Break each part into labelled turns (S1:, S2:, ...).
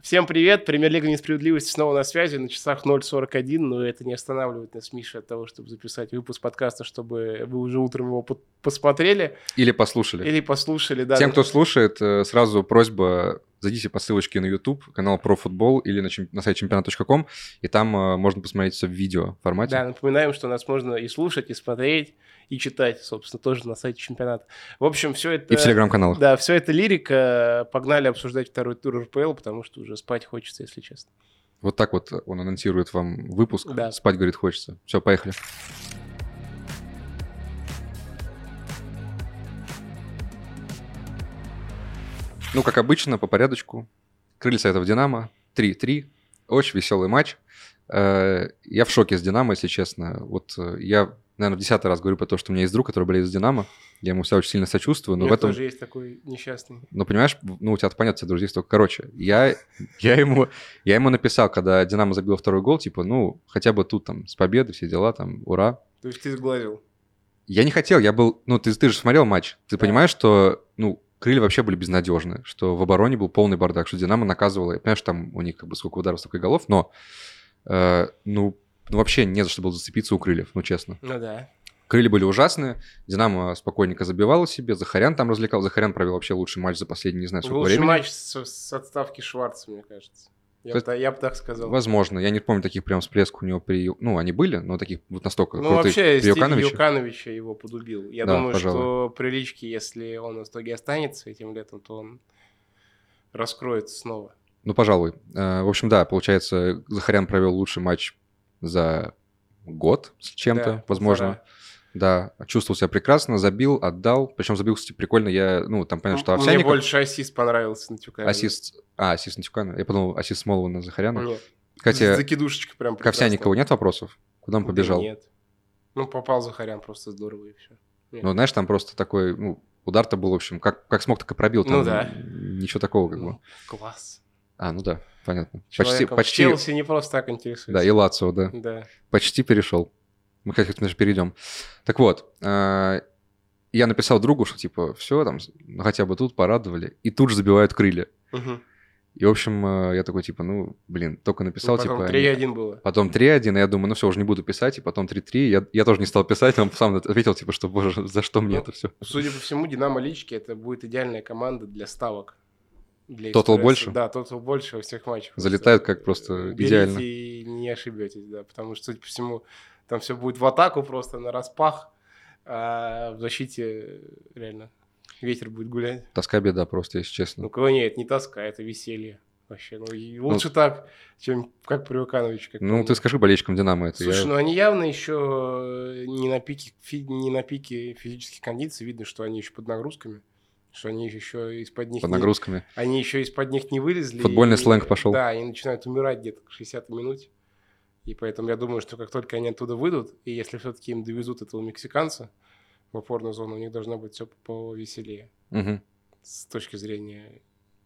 S1: Всем привет, премьер-лига несправедливости снова на связи, на часах 0.41, но это не останавливает нас, Миша, от того, чтобы записать выпуск подкаста, чтобы вы уже утром его по- посмотрели
S2: Или послушали.
S1: или послушали. Да,
S2: Тем, кто слушает, э, сразу просьба зайдите по ссылочке на YouTube, канал про футбол или на, чем- на сайте чемпионат.ком, и там э, можно посмотреть все в видео формате.
S1: Да, напоминаем, что нас можно и слушать, и смотреть, и читать, собственно, тоже на сайте чемпионата. В общем, все это...
S2: И в телеграм-каналах.
S1: Да, все это лирика. Погнали обсуждать второй тур РПЛ, потому что уже спать хочется, если честно.
S2: Вот так вот он анонсирует вам выпуск.
S1: Да.
S2: Спать, говорит, хочется. Все, поехали. Ну, как обычно, по порядочку. Крыльца этого Динамо. 3-3. Очень веселый матч. Э, Я в шоке с Динамо, если честно. Вот э, я, наверное, в десятый раз говорю про то, что у меня есть друг, который болеет за Динамо. Я ему всегда очень сильно сочувствую,
S1: У
S2: но Ну, в
S1: меня
S2: этом...
S1: тоже есть такой несчастный.
S2: Ну, понимаешь, ну, у тебя понятно, у тебя друзей столько. Короче, я, я, ему, я ему написал, когда Динамо забил второй гол, типа, ну, хотя бы тут там с победы, все дела, там, ура.
S1: То есть ты сглазил.
S2: Я не хотел, я был... Ну, ты, ты же смотрел матч. Ты
S1: Да.
S2: понимаешь, что, ну, крылья вообще были безнадежны, что в обороне был полный бардак, что Динамо наказывало. Я понимаю, что там у них как бы сколько ударов, столько и голов, но, э, ну, ну, вообще не за что было зацепиться у крыльев, ну, честно.
S1: Ну да.
S2: Крылья были ужасные, Динамо спокойненько забивало себе, Захарян там развлекал, Захарян провел вообще лучший матч за последние, не знаю, сколько
S1: Лучший
S2: времени.
S1: матч с, с отставки Шварца, мне кажется. Я
S2: То
S1: бы та- я бы так сказал.
S2: Возможно, я не помню таких прям всплеск у него при... Ну, они были, но таких вот настолько
S1: Ну,
S2: крутых
S1: вообще,
S2: при
S1: стиль
S2: Юкановиче.
S1: Юкановича его подубил. Я
S2: Да,
S1: думаю,
S2: пожалуй.
S1: что при личке, если он в итоге останется этим летом, то он раскроется снова.
S2: Ну, пожалуй. Э, В общем, да, получается, Захарян провел лучший матч за год с чем-то,
S1: Да,
S2: возможно. Да, чувствовал себя прекрасно, забил, отдал. Причем забил, кстати, прикольно. Я, ну,
S1: полтора.
S2: там понятно, что
S1: М- Мне
S2: Овсянников...
S1: больше ассист понравился на Тюкане.
S2: Ассист... А, ассист Натюкана. Я подумал, ассист Смолова на Захаряна.
S1: Нет,
S2: Кстати,
S1: закидушечка прям
S2: к Овсянникову нет вопросов? Куда он
S1: Да
S2: побежал?
S1: Нет. Ну, попал Захарян просто здорово и все.
S2: Ну, знаешь, там просто такой, ну, удар-то был, в общем, как, как смог, так и пробил. Там
S1: Ну да. Ну,
S2: Ничего такого, как бы.
S1: класс.
S2: А, ну да, понятно. Почти,
S1: Человеком в
S2: почти,
S1: Челси не просто так интересуется.
S2: да, и Лацио, да.
S1: Да.
S2: Почти перешел. Мы, кстати, даже перейдем. Так вот, э, я написал другу, что типа, все, там, ну, хотя бы тут порадовали, и тут же забивают крылья.
S1: Мгм.
S2: И, в общем, э, я такой, типа, ну, блин, только написал,
S1: Ну, потом
S2: типа...
S1: 3-1 было.
S2: Потом 3-1, и я думаю, ну все, уже не буду писать, и потом 3-3. Я, я тоже не стал писать, он сам ответил, типа, что, боже, за что мне
S1: Ну,
S2: это все?
S1: Судя по всему, Динамо Лички это будет идеальная команда для ставок. Для
S2: Тотал
S1: экспресса.
S2: больше?
S1: Да, тотал больше во всех матчах. Э,
S2: Залетают как просто
S1: Берите
S2: идеально.
S1: и не ошибетесь, да, потому что, судя по всему, там все будет в атаку просто на распах, а в защите реально ветер будет гулять.
S2: Тоска беда просто, если
S1: Ну,
S2: честно.
S1: кого нет, не тоска, это веселье. Вообще, ну, и лучше так, чем как при Укановиче. Как
S2: Ну,
S1: он-
S2: ты скажи болельщикам «Динамо» это. я-
S1: Слушай, ну они явно еще не на пике, фи- не на пике физических кондиций. Видно, что они еще под нагрузками, что они еще из-под них
S2: под
S1: не-
S2: нагрузками.
S1: они еще из-под них не вылезли.
S2: Футбольный
S1: и-
S2: сленг пошел.
S1: Да, они начинают умирать где-то к 60 минуте. И поэтому я думаю, что как только они оттуда выйдут, и если все-таки им довезут этого мексиканца в опорную зону, у них должно быть все повеселее
S2: Мгм.
S1: с точки зрения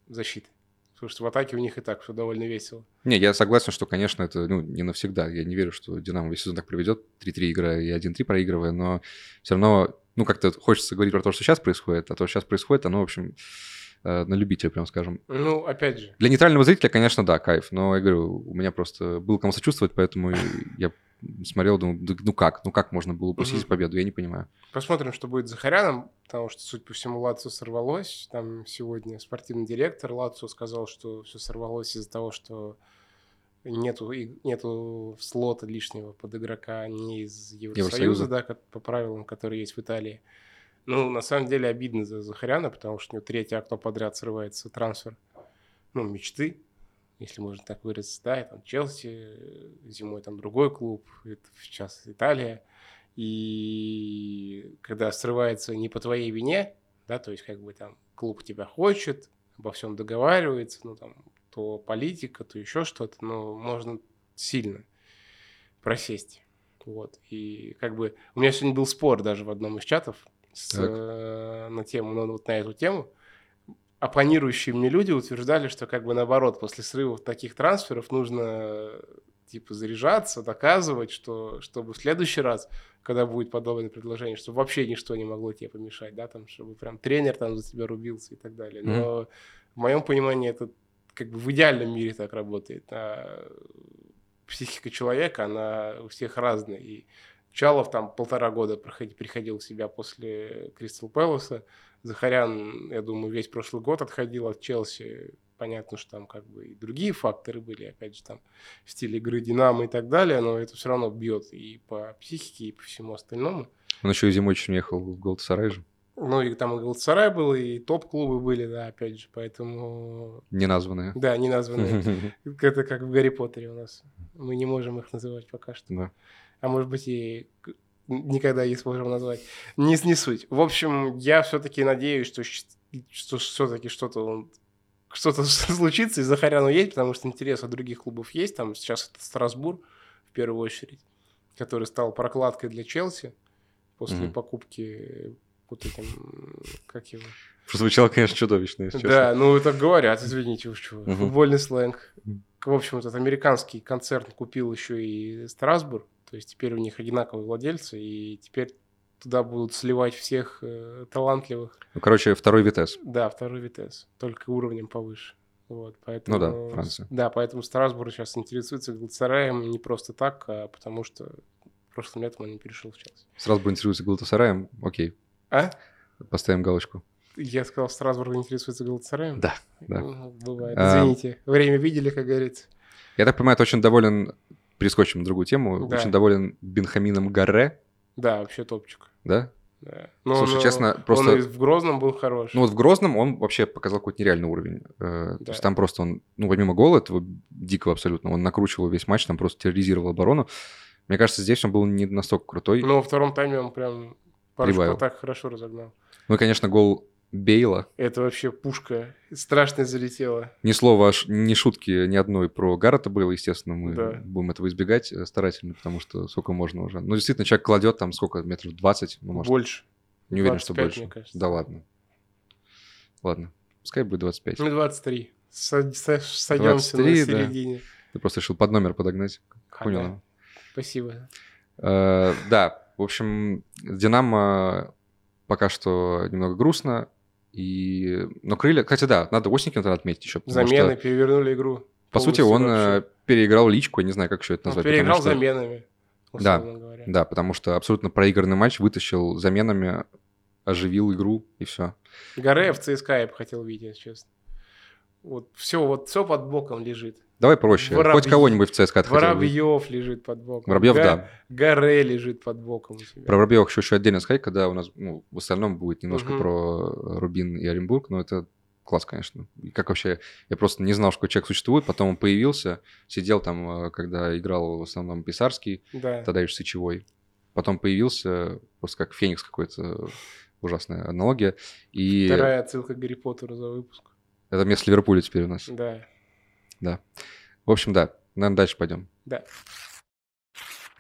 S1: защиты. Потому что в атаке у них и так все довольно весело.
S2: Не, я согласен, что, конечно, это ну, не навсегда. Я не верю, что Динамо весь сезон так проведет, 3-3 играя и 1-3 проигрывая, но все равно, ну, как-то хочется говорить про то, что сейчас происходит, а то сейчас происходит, оно, в общем, э, на любителя, прям скажем.
S1: Ну, опять же,
S2: Для нейтрального зрителя, конечно, да, кайф, но я говорю, у меня просто было кому сочувствовать, поэтому и я смотрел, думал, «Да ну как, ну как можно было упустить
S1: Мгм.
S2: победу, я не понимаю.
S1: Посмотрим, что будет с Захаряном, потому что, судя по всему, Лацио сорвалось. Там сегодня спортивный директор Лацио сказал, что все сорвалось из-за того, что нету, и- нету слота лишнего под игрока а не из Евросоюза,
S2: Евросоюза.
S1: да, как по правилам, которые есть в Италии. Ну, на самом деле, обидно за Захаряна, потому что у него третье окно подряд срывается трансфер. Ну, мечты, если можно так выразиться, да, и там Челси, э, зимой там другой клуб, это сейчас Италия. И когда срывается не по твоей вине, да, то есть как бы там клуб тебя хочет, обо всем договаривается, ну там то политика, то еще что-то, но можно сильно просесть. Вот. И как бы у меня сегодня был спор даже в одном из чатов с,
S2: Так.
S1: э, на тему, ну вот на эту тему. Оппонирующие мне люди утверждали, что как бы наоборот, после срывов таких трансферов нужно э, типа заряжаться, доказывать, что чтобы в следующий раз когда будет подобное предложение, чтобы вообще ничто не могло тебе помешать, да, там, чтобы прям тренер там за тебя рубился и так далее. Но в моем понимании это как бы в идеальном мире так работает. А психика человека, она у всех разная. И Чалов там полтора года проходи- приходил в себя после Кристал Пэласа. Захарян, я думаю, весь прошлый год отходил от Челси. Понятно, что там как бы и другие факторы были, опять же, там в стиле игры Динамо и так далее, но это все равно бьет и по психике, и по всему остальному.
S2: Он еще и зимой очень ехал в Голдсарай же.
S1: Ну, и там и Галатасарай был, и топ-клубы были, да, опять же, поэтому...
S2: Неназванные.
S1: Да, не названные. Это как в Гарри Поттере у нас. Мы не можем их называть пока что.
S2: Да.
S1: А может быть, и к- никогда не сможем назвать. Не, не суть. В общем, я все-таки надеюсь, что, щ- что все-таки что-то он что-то случится, и Захаряну есть, потому что интерес от других клубов есть. Там сейчас это Страсбург, в первую очередь, который стал прокладкой для Челси после
S2: Мгм.
S1: покупки э, вот этим, м, как его,
S2: Прозвучало, конечно, чудовищно, если честно.
S1: да, ну так говорят, извините уж чего.
S2: Мгм.
S1: Футбольный сленг.
S2: Мгм.
S1: В общем, этот американский концерн купил еще и Страсбург. То есть теперь у них одинаковые владельцы, и теперь туда будут сливать всех э, талантливых.
S2: Ну, короче, второй Витес.
S1: Да, второй Витес, только уровнем повыше. Вот, поэтому,
S2: Ну да, Франция.
S1: Да, поэтому Страсбург сейчас интересуется Глацараем не просто так, а потому что прошлым летом он не перешел в Челси.
S2: Сразу бы интересуется Голдсараем. Окей,
S1: А?
S2: поставим галочку.
S1: Я сказал, Страсбург интересуется Глацараем?
S2: Да, да.
S1: Бывает.
S2: А.
S1: Извините. Время видели, как говорится.
S2: Я так понимаю, ты очень доволен... Перескочим на другую тему.
S1: Да.
S2: Очень доволен Бенхамином Гарре,
S1: Да, вообще топчик.
S2: да?
S1: Да. Но
S2: Слушай,
S1: он, э,
S2: честно,
S1: Ну, он
S2: просто-
S1: и в Грозном был хорош.
S2: Ну вот в Грозном он вообще показал какой-то нереальный уровень. Э, То
S1: Да.
S2: есть там просто он, ну помимо гола этого дикого абсолютно, он накручивал весь матч, там просто терроризировал оборону. Мне кажется, здесь он был не настолько крутой. Ну,
S1: Но во втором тайме он прям парочку
S2: Прибавил.
S1: так хорошо разогнал.
S2: Ну и, конечно, гол Бейла.
S1: Это вообще пушка. Страшно залетела.
S2: Ни слова, аж- ни шутки ни одной про Гаррета было, естественно. Мы
S1: Да.
S2: будем этого избегать э, старательно, потому что сколько можно уже. Ну, действительно, человек кладет там сколько, метров 20, ну, может,
S1: Больше.
S2: не уверен, что
S1: 25,
S2: больше.
S1: мне кажется.
S2: Да ладно. Ладно, пускай будет 25.
S1: Ну, 23. Со- со- Сойдемся
S2: 23,
S1: на
S2: да.
S1: середине.
S2: Ты просто решил под номер подогнать. Понял.
S1: Ага. Спасибо.
S2: Э, Да, в общем, с Динамо пока что немного грустно. И... Но крылья, кстати, да, надо Осенькина тогда отметить еще. потому что,
S1: Замены перевернули игру.
S2: а по сути, он
S1: Полностью
S2: э, переиграл личку, я не знаю, как еще
S1: вообще.
S2: это
S1: Он
S2: назвать.
S1: переиграл
S2: потому что-
S1: заменами,
S2: Да,
S1: условно говоря.
S2: Да, потому что абсолютно проигранный матч вытащил заменами, оживил игру и все.
S1: Гареев в ЦСКА я бы хотел видеть, если честно. Вот все, вот все под боком лежит.
S2: Давай проще. Хоть
S1: Воробьев-
S2: кого-нибудь в ЦСКА ты хотел видеть.
S1: Воробьев лежит под боком.
S2: Воробьев,
S1: Га-
S2: да.
S1: Горе лежит под боком у тебя.
S2: Про Воробьева хочу еще отдельно сказать, когда у нас ну, в остальном будет немножко
S1: Мгм.
S2: про э, Рубин и Оренбург, но это класс, конечно. И как вообще, я просто не знал, что такой человек существует, потом он появился, сидел там, э, когда играл в основном Писарский,
S1: Да.
S2: тогда еще Сычевой, потом появился просто как Феникс какой-то, ужасная аналогия, и
S1: Вторая отсылка к Гарри Поттеру за выпуск.
S2: это вместо Ливерпуля теперь у нас.
S1: Да.
S2: В общем, да, наверное, дальше пойдем.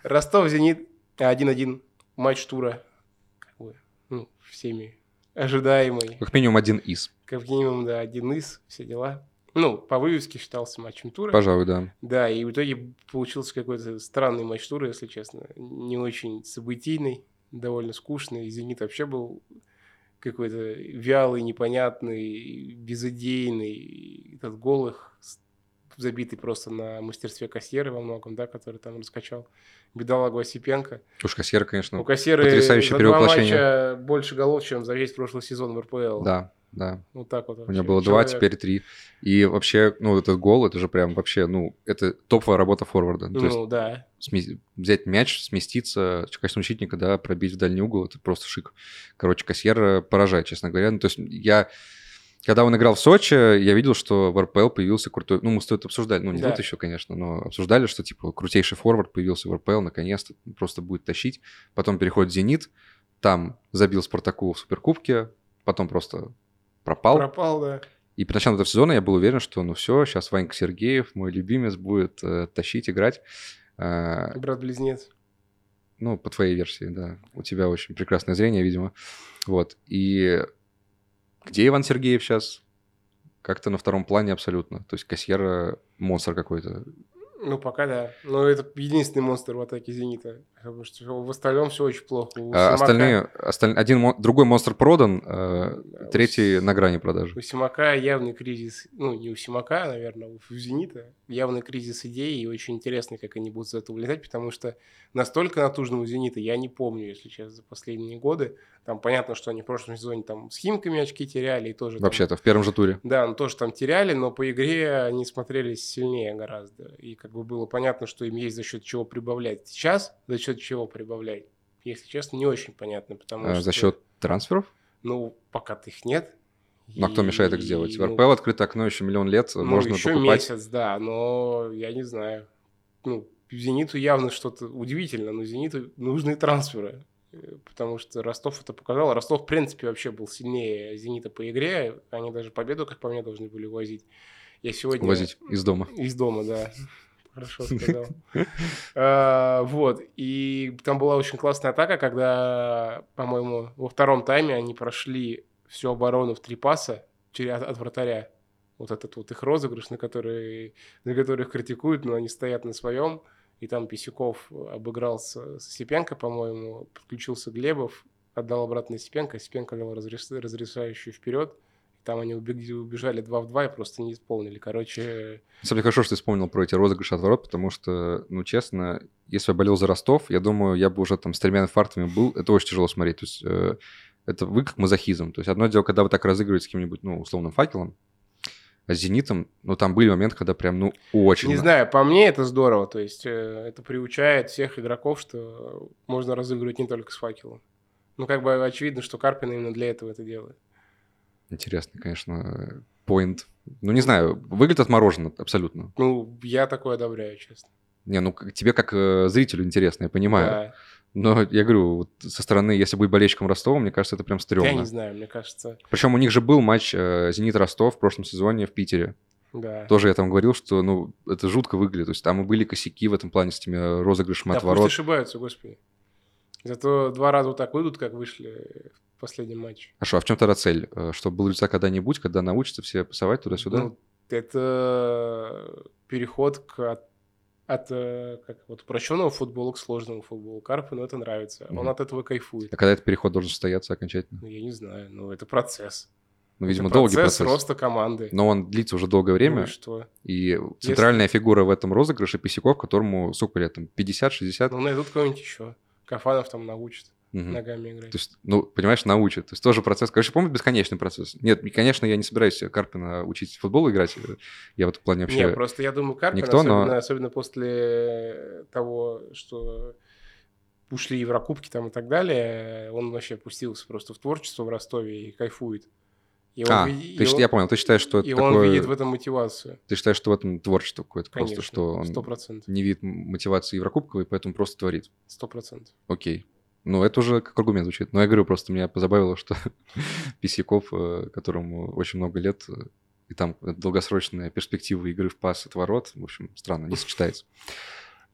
S1: Ростов, Зенит, 1-1. Матч тура. Как бы, ну, всеми ожидаемый.
S2: Как минимум один из,
S1: Как минимум, да, один из, все дела. Ну, по вывеске считался матчем тура.
S2: пожалуй, да.
S1: Да, и в итоге получился какой-то странный матч тура, если честно. Не очень событийный, довольно скучный. «Зенит» вообще был какой-то вялый, непонятный, безыдейный. Этот гол их с- забитый просто на мастерстве кассиры во многом, да, который там раскачал. Бедолагу Осипенко.
S2: Уж кассир, конечно,
S1: У кассиры
S2: Ну, потрясающее
S1: за два
S2: перевоплощение.
S1: матча больше голов, чем за весь прошлый сезон в РПЛ.
S2: да, да.
S1: Вот так вот.
S2: У меня
S1: вообще.
S2: было два, а
S1: Человек-
S2: теперь три. И вообще, ну, этот гол, это же прям вообще, ну, это топовая работа форварда. Ну,
S1: Ну
S2: То есть
S1: да.
S2: сме- взять мяч, сместиться, в качестве защитника, да, пробить в дальний угол, это просто шик. Короче, Кассьер поражает, честно говоря. Ну, то есть я... Когда он играл в Сочи, я видел, что в РПЛ появился крутой... Ну, мы стоит обсуждать, ну, не
S1: Да.
S2: тут еще, конечно, но обсуждали, что, типа, крутейший форвард появился в РПЛ, наконец-то, просто будет тащить. Потом переходит «Зенит», там забил «Спартаку» в Суперкубке, потом просто пропал.
S1: Пропал, да.
S2: И по началу этого сезона я был уверен, что ну все, сейчас Ванька Сергеев, мой любимец, будет э, тащить, играть. А,
S1: Брат-близнец.
S2: ну, по твоей версии, да. У тебя очень прекрасное зрение, видимо. Вот. И где Иван Сергеев сейчас? Как-то на втором плане абсолютно. То есть кассир монстр какой-то.
S1: Ну, пока да. Но это единственный монстр в атаке «Зенита». Потому что в остальном все очень плохо. У
S2: А,
S1: Симака-
S2: остальные, осталь- один, мо- другой монстр продан, э,
S1: Да, у
S2: третий
S1: С-
S2: на грани продажи.
S1: У Симака явный кризис, ну, не у Симака, наверное, у Зенита, явный кризис идей, и очень интересно, как они будут за это улетать, потому что настолько натужного Зенита я не помню, если честно, за последние годы. Там понятно, что они в прошлом сезоне там с Химками очки теряли, и тоже там-
S2: Вообще-то, в первом же туре.
S1: Да, ну тоже там теряли, но по игре они смотрелись сильнее гораздо. И как бы было понятно, что им есть за счет чего прибавлять. Сейчас за счет чего прибавлять, если честно, не очень понятно, потому
S2: Э,
S1: что...
S2: За счет трансферов?
S1: Ну, пока их нет.
S2: Ну, а кто мешает их сделать?
S1: И,
S2: В
S1: ну,
S2: РПЛ открыто окно еще миллион лет,
S1: ну,
S2: можно
S1: еще
S2: покупать.
S1: месяц, да, но я не знаю. Ну, Зениту явно что-то удивительно, но Зениту нужны трансферы. э, Потому что Ростов это показал. Ростов, в принципе, вообще был сильнее Зенита по игре. Они даже победу, как по мне, должны были возить. Я сегодня...
S2: Возить из дома.
S1: Из дома, да. Хорошо сказал. А, Вот. И там была очень классная атака, когда, по-моему, во втором тайме они прошли всю оборону в три паса через- от от вратаря. Вот этот вот их розыгрыш, на который, на которых критикуют, но они стоят на своем. И там Писюков обыграл с- с Сипенко, по-моему, подключился Глебов, отдал обратно Сипенко, Сипенко дал разреш- разрешающий вперед. Там они убег- убежали 2 в 2 и просто не исполнили. Короче,
S2: На самом деле, хорошо, что ты вспомнил про эти розыгрыши от ворот, потому что, ну, честно, если бы я болел за Ростов, я думаю, я бы уже там с тремя инфарктами был. Это очень тяжело смотреть. То есть э, это вы как мазохизм. То есть одно дело, когда вы так разыгрываете с каким-нибудь, ну, условным факелом, а с «Зенитом», ну, там были моменты, когда прям, ну, очень...
S1: Не знаю, по мне это здорово. То есть э, это приучает всех игроков, что можно разыгрывать не только с факелом. Ну, как бы очевидно, что Карпин именно для этого это делает.
S2: Интересно, конечно, поинт. Ну, не знаю, выглядит отмороженно абсолютно.
S1: Ну, я такое одобряю, честно.
S2: Не, ну, к- тебе как э, зрителю интересно, я понимаю.
S1: Да.
S2: Но я говорю, вот со стороны, если быть болельщиком Ростова, мне кажется, это прям
S1: Я не
S2: стрёмно.
S1: знаю, мне кажется,
S2: Причем у них же был матч э, «Зенит-Ростов» в прошлом сезоне в Питере.
S1: да.
S2: Тоже я там говорил, что ну, это жутко выглядит. То есть там и были косяки в этом плане с этими э, розыгрышами
S1: Да
S2: от
S1: пусть
S2: ворот.
S1: ошибаются, господи. Зато два раза вот так выйдут, как вышли в последнем матче.
S2: Хорошо, а в чем тогда цель? Э, Чтобы был рюкзак когда-нибудь, когда научатся все пасовать туда-сюда?
S1: Ну, это переход к от, от, э, как, вот упрощенного футбола к сложному футболу. Карпину это нравится. Он
S2: Мгм.
S1: от этого кайфует.
S2: а когда этот переход должен состояться окончательно?
S1: Ну, я не знаю, ну, это процесс.
S2: Ну, видимо,
S1: это
S2: долгий
S1: процесс
S2: процесс.
S1: роста команды.
S2: Но он длится уже долгое
S1: Ну
S2: время,
S1: и что?
S2: и центральная фигура в этом розыгрыше Песяков, которому, сколько лет, там, 50-60?
S1: Ну, найдут кого-нибудь еще. Кафанов там научит
S2: Мгм.
S1: ногами играть.
S2: То есть, ну, понимаешь, научит. То есть тоже процесс. Короче, помню, бесконечный процесс. Нет, и, конечно, я не собираюсь Карпина учить в футбол играть. Я в этом плане вообще...
S1: Не, просто я думаю, Карпин,
S2: никто, но-
S1: особенно, особенно после того, что ушли Еврокубки там и так далее, он вообще пустился просто в творчество в Ростове и кайфует. И он
S2: А,
S1: ви- и
S2: ты, щ-
S1: он-
S2: я понял, ты считаешь, что это
S1: и он
S2: такое...
S1: видит в этом мотивацию.
S2: Ты считаешь, что в этом творчество какое-то
S1: Конечно,
S2: просто, что он
S1: сто процентов.
S2: не видит м- мотивации Еврокубковой, поэтому просто творит.
S1: Сто процентов.
S2: Окей. Ну, это уже как аргумент звучит. Но я говорю, просто меня позабавило, что Писяков, э, которому очень много лет, э, и там долгосрочная перспектива игры в пас от ворот, в общем, странно, не сочетается.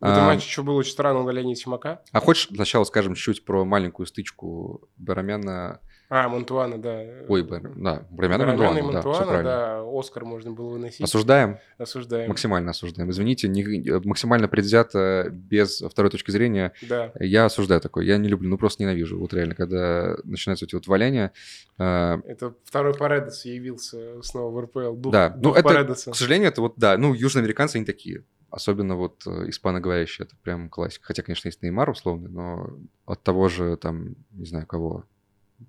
S1: В этом
S2: А,
S1: матче еще было очень странное удаление Симака.
S2: А хочешь сначала скажем чуть про маленькую стычку Барамяна...
S1: А, Монтуана, да.
S2: Ой, Бар- да, Барамяна
S1: Ромена
S2: Мандуана,
S1: и
S2: да, всё
S1: Монтуана,
S2: правильно.
S1: да, Оскар можно было выносить.
S2: Осуждаем,
S1: Осуждаем.
S2: максимально осуждаем. Извините, не- максимально предвзято, без второй точки зрения.
S1: Да.
S2: Я осуждаю такое, я не люблю, ну просто ненавижу. Вот реально, когда начинаются эти вот валяния. э,
S1: Это второй Паредос явился снова в РПЛ. Дух,
S2: Да,
S1: дух
S2: ну это,
S1: Паредоса.
S2: к сожалению, это вот, да, ну южноамериканцы они такие. Особенно вот э, испаноговорящие, это прям классика. Хотя, конечно, есть Неймар условный, но от того же там, не знаю кого,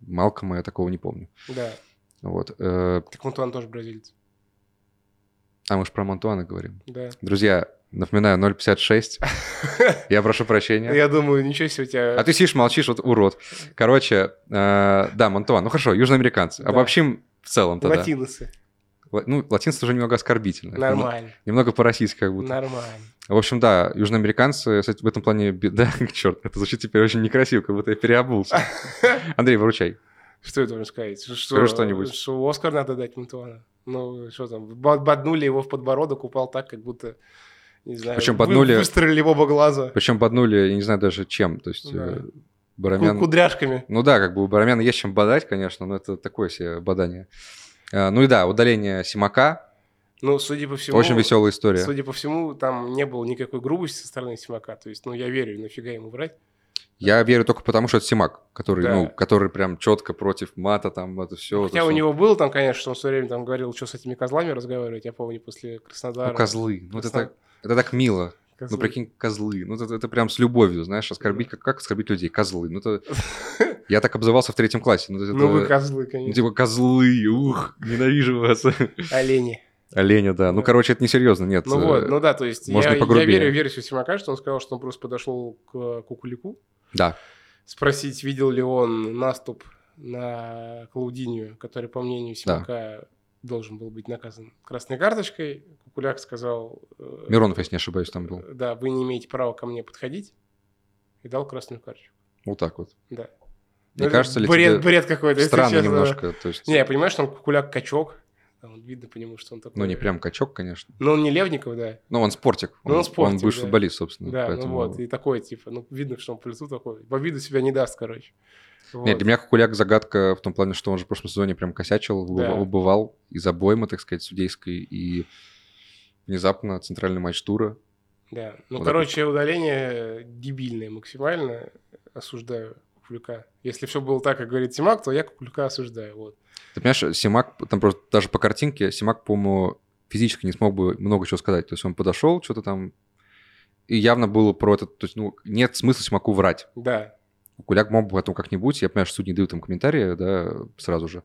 S2: Малкома я такого не помню.
S1: Да.
S2: Вот. э,
S1: Так Монтуан тоже бразилец.
S2: А мы же про Монтуана говорим.
S1: Да.
S2: Друзья, напоминаю, 0.56. Я прошу прощения.
S1: Я думаю, ничего себе у тебя...
S2: А ты сидишь, молчишь, вот урод. Короче, э, да, Монтуан. Ну хорошо, южноамериканцы.
S1: Да.
S2: Обобщим в целом тогда.
S1: Латиносы.
S2: Ла- Ну, латинство уже немного оскорбительно.
S1: Нормально.
S2: Нем- Немного по-российски как будто.
S1: Нормально.
S2: В общем, да, южноамериканцы кстати, в этом плане... би- Да, черт, это звучит теперь очень некрасиво, как будто я переобулся. Андрей, выручай.
S1: Что я должен сказать? Что,
S2: Скажи что-нибудь.
S1: Что Оскар надо дать Монтуану. Ну, что там, ба- боднули его в подбородок, упал так, как будто, не знаю,
S2: Причем
S1: вы-
S2: боднули-
S1: выстрелили в оба глаза
S2: Причем поднули, я не знаю даже чем. То есть э,
S1: Да.
S2: Барамян...
S1: ку- кудряшками.
S2: Ну да, как бы у Барамяна есть А, чем бодать, конечно, но это такое себе бодание. Э, Ну и да, удаление Симака.
S1: Ну, судя по всему...
S2: Очень веселая история.
S1: Судя по всему, там не было никакой грубости со стороны Симака. То есть, ну, я верю, нафига ему брать.
S2: Ну, Я верю только потому, что это Симак, который,
S1: Да. Ну,
S2: ну, который прям четко против мата, там, это все.
S1: Хотя у него был там, конечно, что он все время там говорил, что с этими козлами разговаривать. Я помню, после Краснодара.
S2: Ну, козлы. Ну, это
S1: Краснодар-
S2: так, это так мило.
S1: козлы.
S2: Ну, прикинь, козлы. Ну, это, это прям с любовью, знаешь, оскорбить, как, как оскорбить людей? Козлы. Ну, это... Я так обзывался в третьем классе. Ну, это-
S1: Ну, вы
S2: это-
S1: козлы,
S2: ну,
S1: конечно.
S2: типа, козлы, ух, ненавижу вас.
S1: Олени.
S2: Оленя, да. Ну, короче, это несерьезно, нет. э,
S1: Ну вот, ну да, то есть
S2: можно
S1: я, я
S2: погрубее.
S1: верю в версию Симака, что он сказал, что он просто подошел к э, Кукулику
S2: Да.
S1: спросить, видел ли он наступ на Клаудинию, который, по мнению Симака, должен был быть наказан красной карточкой. Кукуляк сказал... э,
S2: Миронов, если не ошибаюсь, там был.
S1: Да, вы не имеете права ко мне подходить. И дал красную карточку.
S2: Вот так вот.
S1: Да.
S2: Мне
S1: Ну,
S2: кажется, ли
S1: бред,
S2: тебе
S1: бред какой-то, если
S2: странно
S1: честно.
S2: немножко, то есть...
S1: Не, я понимаю, что он Кукуляк-качок. Там видно по нему, что он такой...
S2: Ну, не прям качок, конечно.
S1: Но он не Левников, да.
S2: Ну, он спортик.
S1: Ну, он
S2: Он
S1: спортик,
S2: бывший
S1: да.
S2: футболист, собственно.
S1: Да,
S2: поэтому-
S1: ну вот, и такой, типа, ну, видно, что он по лицу такой. По виду себя не даст, короче. Вот.
S2: Нет, для меня Кукуляк загадка в том плане, что он же в прошлом сезоне прям косячил, убыв-
S1: Да.
S2: убывал из обоймы, так сказать, судейской, и внезапно центральный матч тура.
S1: Да. Ну,
S2: Вот
S1: короче, удаление дебильное максимально. Осуждаю Куклюка. Если все было так, как говорит Симак, то я Куклюка осуждаю. Вот.
S2: Ты понимаешь, Симак, там просто даже по картинке, Симак, по-моему, физически не смог бы много чего сказать. То есть он подошел, что-то там, и явно было про это, то есть, ну, нет смысла Симаку врать.
S1: Да.
S2: Кукуляк мог бы потом как-нибудь, я понимаю, что суд не дают им комментарии, да, сразу же,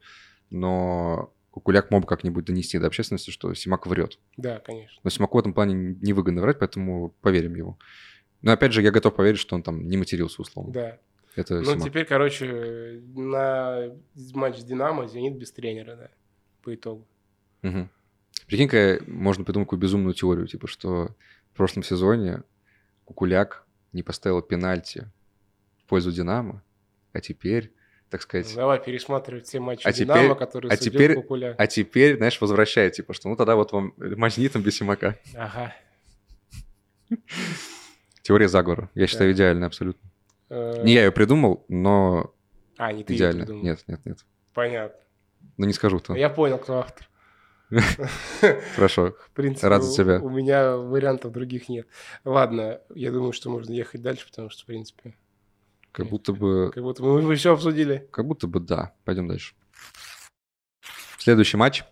S2: но Кукуляк мог бы как-нибудь донести до общественности, что Симак врет.
S1: Да, конечно.
S2: Но Симаку в этом плане невыгодно врать, поэтому поверим его. Но опять же, я готов поверить, что он там не матерился, условно.
S1: Да.
S2: Это
S1: Ну,
S2: Симак.
S1: теперь, короче, на матч с Динамо Зенит без тренера, да. По итогу.
S2: Мгм. Прикинь-ка, можно придумать какую безумную теорию, типа, что в прошлом сезоне Кукуляк не поставил пенальти в пользу Динамо, а теперь, так
S1: Ну,
S2: сказать,
S1: давай пересматривать все матчи
S2: А
S1: Динамо,
S2: теперь-
S1: которые
S2: а
S1: судил
S2: теперь-
S1: Кукуляк.
S2: а теперь, знаешь, возвращает, типа, что ну тогда вот вам мазнитом без Симака.
S1: Ага.
S2: Теория заговора. Я считаю, идеально абсолютно.
S1: Э,
S2: Не я ее придумал, но
S1: А, не ты её
S2: идеально.
S1: придумал.
S2: Нет, нет, нет.
S1: Понятно.
S2: Ну не скажу, кто.
S1: Я понял, кто автор.
S2: Хорошо.
S1: В принципе,
S2: Рад
S1: у,
S2: за тебя.
S1: у меня вариантов других нет. Ладно, я думаю, что можно ехать дальше, потому что, в принципе,
S2: Как будто бы
S1: как будто мы все обсудили.
S2: Как будто бы да. Пойдем дальше. Следующий матч.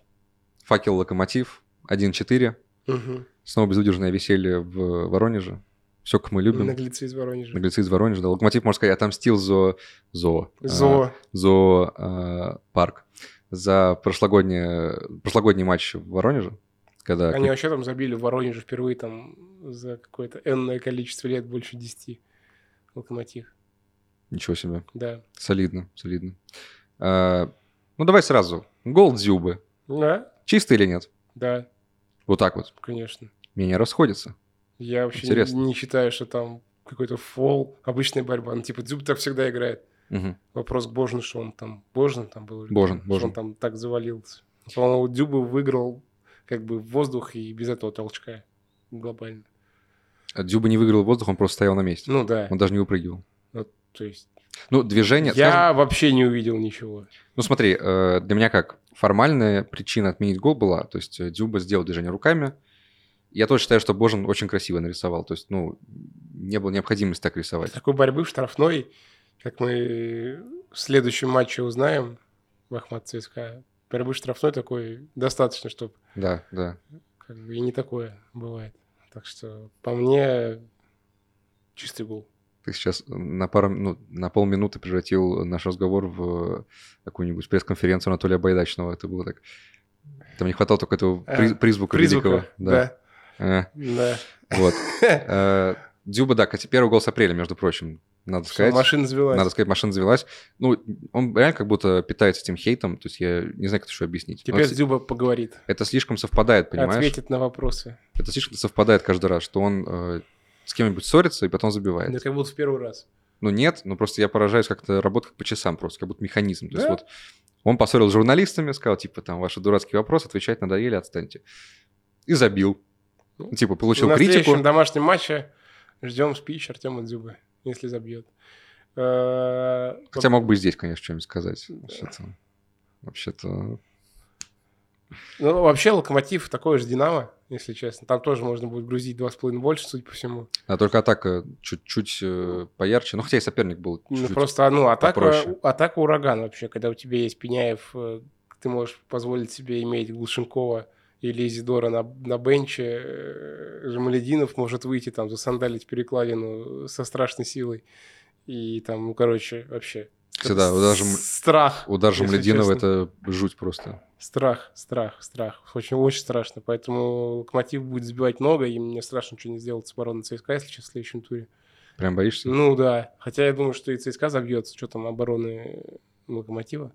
S2: Факел Локомотив 1-4.
S1: Мгм.
S2: Снова безудержное веселье в Воронеже. Все, как мы любим.
S1: Наглецы из Воронежа.
S2: Наглецы из Воронежа. Да, Локомотив, можно сказать, отомстил за... За...
S1: Зо.
S2: за э, парк. За прошлогоднее- прошлогодний матч в Воронеже. Когда...
S1: Они вообще там забили в Воронеже впервые там за какое-то энное количество лет, больше 10 локомотив.
S2: Ничего себе.
S1: Да.
S2: Солидно, солидно. Э, ну, давай сразу. Гол Дзюбы.
S1: Да,
S2: Чистый или нет?
S1: да,
S2: Вот так вот.
S1: конечно.
S2: Мнения расходятся.
S1: Я вообще
S2: Интересно.
S1: не, не считаю, что там какой-то фол, обычная борьба. Ну, типа, Дзюб так всегда играет.
S2: Мгм.
S1: Вопрос к Божину, что он там... Божин там был? или
S2: Божин,
S1: кто? Что
S2: Божин.
S1: он там так завалился. По-моему, Дюба выиграл как бы воздух и без этого толчка глобально.
S2: А Дзюба не выиграл воздух, он просто стоял на месте.
S1: Ну да,
S2: Он даже не выпрыгивал.
S1: то есть
S2: Ну, движение...
S1: я
S2: скажем-
S1: вообще не увидел ничего.
S2: Ну, смотри, э, для меня как? Формальная причина отменить гол была, то есть э, Дзюба сделал движение руками. Я тоже считаю, что Божин очень красиво нарисовал. То есть, ну, не было необходимости так рисовать.
S1: Такой борьбы в штрафной, как мы в следующем матче узнаем, в Ахмат ЦСКА, борьбы в штрафной такой достаточно, чтобы
S2: Да, да.
S1: как бы и не такое бывает. Так что по мне чистый гол.
S2: Ты сейчас на пару, ну, на полминуты превратил наш разговор в э, какую-нибудь пресс-конференцию Анатолия Байдачного. Это было так... Там не хватало только этого
S1: Э,
S2: приз- призвука, великого.
S1: Призвука,
S2: Да.
S1: да.
S2: Э,
S1: да.
S2: вот. Э, Дзюба, да, кстати, первый гол с апреля, между прочим, надо
S1: Что
S2: сказать.
S1: машина завелась.
S2: Надо сказать, машина завелась. Ну, он реально как будто питается этим хейтом. То есть я не знаю, как это еще объяснить.
S1: Теперь
S2: Но это,
S1: Дзюба поговорит.
S2: это слишком совпадает, понимаешь?
S1: Ответит на вопросы.
S2: Это слишком совпадает каждый раз, что он э, с кем-нибудь ссорится и потом забивает.
S1: Да как будто в первый раз.
S2: Ну нет, ну просто я поражаюсь, как это работает как по часам просто, как будто механизм. То есть
S1: Да.
S2: вот он поссорил с журналистами, сказал, типа, там, ваши дурацкие вопросы, отвечать надоели, отстаньте. И забил.
S1: Ну,
S2: Типа, получил
S1: На
S2: критику.
S1: следующем домашнем матче ждем спич Артема Дзюбы, если забьет. Э,
S2: Хотя
S1: вот
S2: мог бы и здесь, конечно, что-нибудь сказать. Вообще-то... Вообще-то...
S1: Ну, вообще, Локомотив такой же Динамо, если честно. Там тоже можно будет грузить 2,5 больше, судя по всему.
S2: А только атака чуть-чуть э, поярче. Ну, хотя и соперник был
S1: Ну,
S2: чуть-чуть.
S1: просто, ну, атака,
S2: попроще.
S1: атака ураган вообще, когда у тебя есть Пеняев, э, ты можешь позволить себе иметь Глушенкова или Изидора на, на бенче, э, Жамалединов может выйти там засандалить перекладину э, со страшной силой. И там, ну, короче, вообще.
S2: Кстати, да,
S1: это
S2: удар
S1: с-
S2: Жам-
S1: Страх.
S2: Удар
S1: если
S2: Жамлединова –
S1: честно.
S2: это жуть просто.
S1: Страх, страх, страх. Очень, очень страшно. Поэтому Локомотив будет забивать много, и мне страшно ничего не сделать с обороной ЦСКА, если честно, в следующем туре.
S2: Прям боишься?
S1: Ну да. Хотя я думаю, что и ЦСКА забьется. Что там, обороны Локомотива?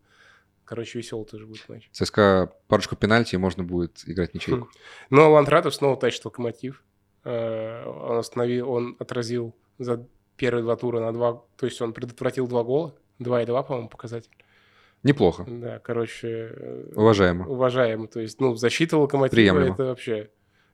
S1: Короче, весело тоже будет матч.
S2: ЦСКА парочку пенальти, и можно будет играть ничейку.
S1: Но Лантратов Ну, а снова тащит Локомотив. Э, Он остановил, он отразил за первые два тура на два... То есть он предотвратил два гола. Два и два, по-моему, показатель.
S2: Неплохо.
S1: Да, короче... э,
S2: Уважаемо.
S1: уважаемо. То есть, ну, защита локомотива
S2: Приемлемо.
S1: это вообще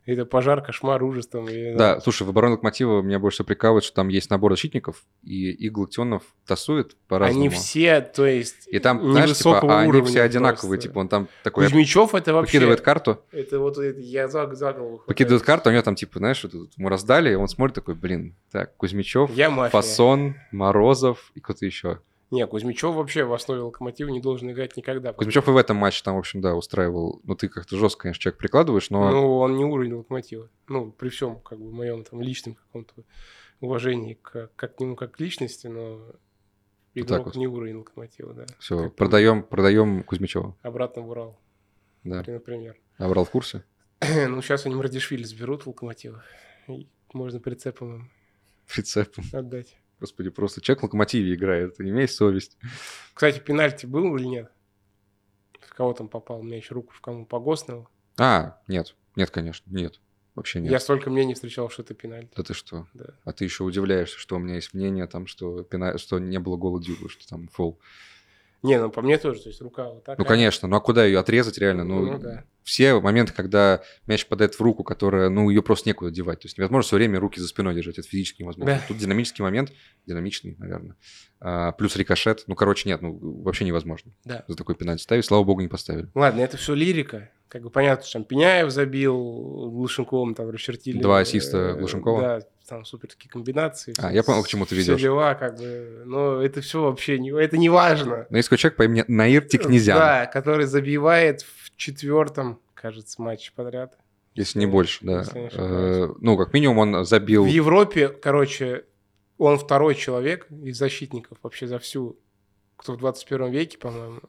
S1: это пожар, кошмар, ужас там. и-
S2: Да, слушай, в обороне Локомотива меня больше всего прикалывает, что там есть набор защитников, и их Локтионов тасует по-разному.
S1: Они все, то есть,
S2: И там, знаешь, типа,
S1: невысокого
S2: а они
S1: уровня
S2: все одинаковые.
S1: просто.
S2: Типа он там такой
S1: Кузьмичев это вообще...
S2: покидывает карту,
S1: Это вот это я за, за голову. хватаюсь.
S2: покидывает карту, а у него там, типа, знаешь, вот тут ему раздали, и он смотрит такой, блин, так, Кузьмичев,
S1: Я мафия.
S2: Фасон, Морозов и кто-то еще.
S1: Не, Кузьмичев вообще в основе локомотива не должен играть никогда.
S2: Кузьмичев и в этом матче там, в общем, да, устраивал. Ну, ты как-то жестко, конечно, человек прикладываешь, но...
S1: Ну, он не уровень локомотива. Ну, при всем, как бы, моем там личном каком-то уважении к, как к нему как к личности, но игрок
S2: вот.
S1: не уровень локомотива, да.
S2: Все,
S1: Как
S2: продаем, продаем Кузьмичева.
S1: Обратно в Урал,
S2: Да.
S1: например.
S2: Набрал в курсе.
S1: Ну, сейчас они Мрадишвили сберут в локомотива. И Можно прицепом им
S2: Прицеп.
S1: отдать.
S2: Господи, просто человек в локомотиве играет. Имей совесть.
S1: Кстати, пенальти был или нет? В кого там попал? У меня еще руку в кому погоснул.
S2: А, нет. Нет, конечно. Нет. Вообще нет.
S1: Я столько мнений встречал, что это пенальти.
S2: Да ты что?
S1: Да.
S2: А ты еще удивляешься, что у меня есть мнение, там, что, пена- что не было гола Дюба, что там фол.
S1: Не, ну по мне тоже, то есть рука вот так.
S2: Ну, конечно, ну а куда ее отрезать реально? Ну,
S1: Ну, да.
S2: все моменты, когда мяч падает в руку, которая, ну, ее просто некуда девать. То есть невозможно все время руки за спиной держать, это физически невозможно.
S1: Да.
S2: Тут динамический момент, динамичный, наверное. А, плюс рикошет, ну, короче, нет, ну, вообще невозможно.
S1: Да.
S2: За такой пенальти ставить, слава богу, не поставили.
S1: Ладно, это все лирика. Как бы понятно, что там Пеняев забил, Глушенковым там расчертили.
S2: Два ассиста
S1: Э,
S2: Глушенкова?
S1: Да, там суперские комбинации.
S2: А, я понял, к чему ты
S1: Все
S2: ведешь.
S1: дела, как бы. Но это все вообще не... Это не важно.
S2: Но есть такой человек по имени Наир Тикнезян,
S1: Да, который забивает в четвертом, кажется, матче подряд.
S2: если не больше, да.
S1: Если я не ошибаюсь.
S2: Э, ну, как минимум, он забил...
S1: В Европе, короче, он второй человек из защитников вообще за всю, кто в 21 веке, по-моему,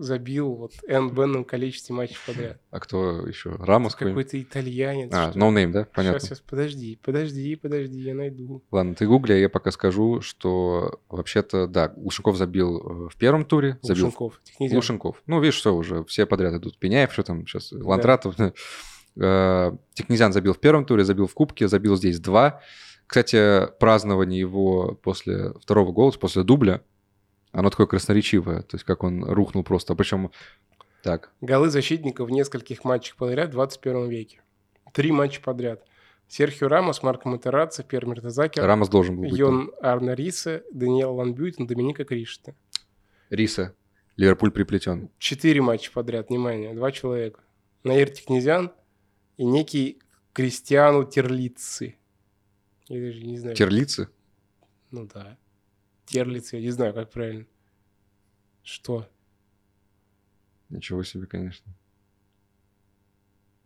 S1: забил вот энбенном количестве матчей подряд.
S2: А кто еще? Рамос какой-нибудь?
S1: Какой-то итальянец.
S2: А,
S1: что ли.
S2: ноунейм, да? Понятно.
S1: Сейчас, сейчас, подожди, подожди, подожди, я найду.
S2: Ладно, ты гугли, а я пока скажу, что вообще-то, да, Глушенков забил э, в первом туре, забил
S1: Глушенков. Технизер.
S2: Глушенков. Ну, видишь, все уже, все подряд идут. Пеняев, что там сейчас, Ландратов. Э, Технизян забил в первом туре, забил в Кубке, забил здесь два. Кстати, празднование его после второго гола, после дубля, оно такое красноречивое, то есть как он рухнул просто. Причем так,
S1: Голы защитников в нескольких матчах подряд в 21 веке. Три матча подряд. Серхио Рамос, Марко Матерацци, Пьер Мертезакер,
S2: Рамос должен был быть. там.
S1: Йон Арна Риса, Даниэл Ланбютин, Доминика Кришта.
S2: Риса, Ливерпуль приплетен.
S1: Четыре матча подряд, внимание, два человека. Наир Технезян и некий Кристиану Терлицы. Я даже не знаю.
S2: Терлицы?
S1: Ну да. Терлицы, я не знаю, как правильно. Что?
S2: Ничего себе, конечно.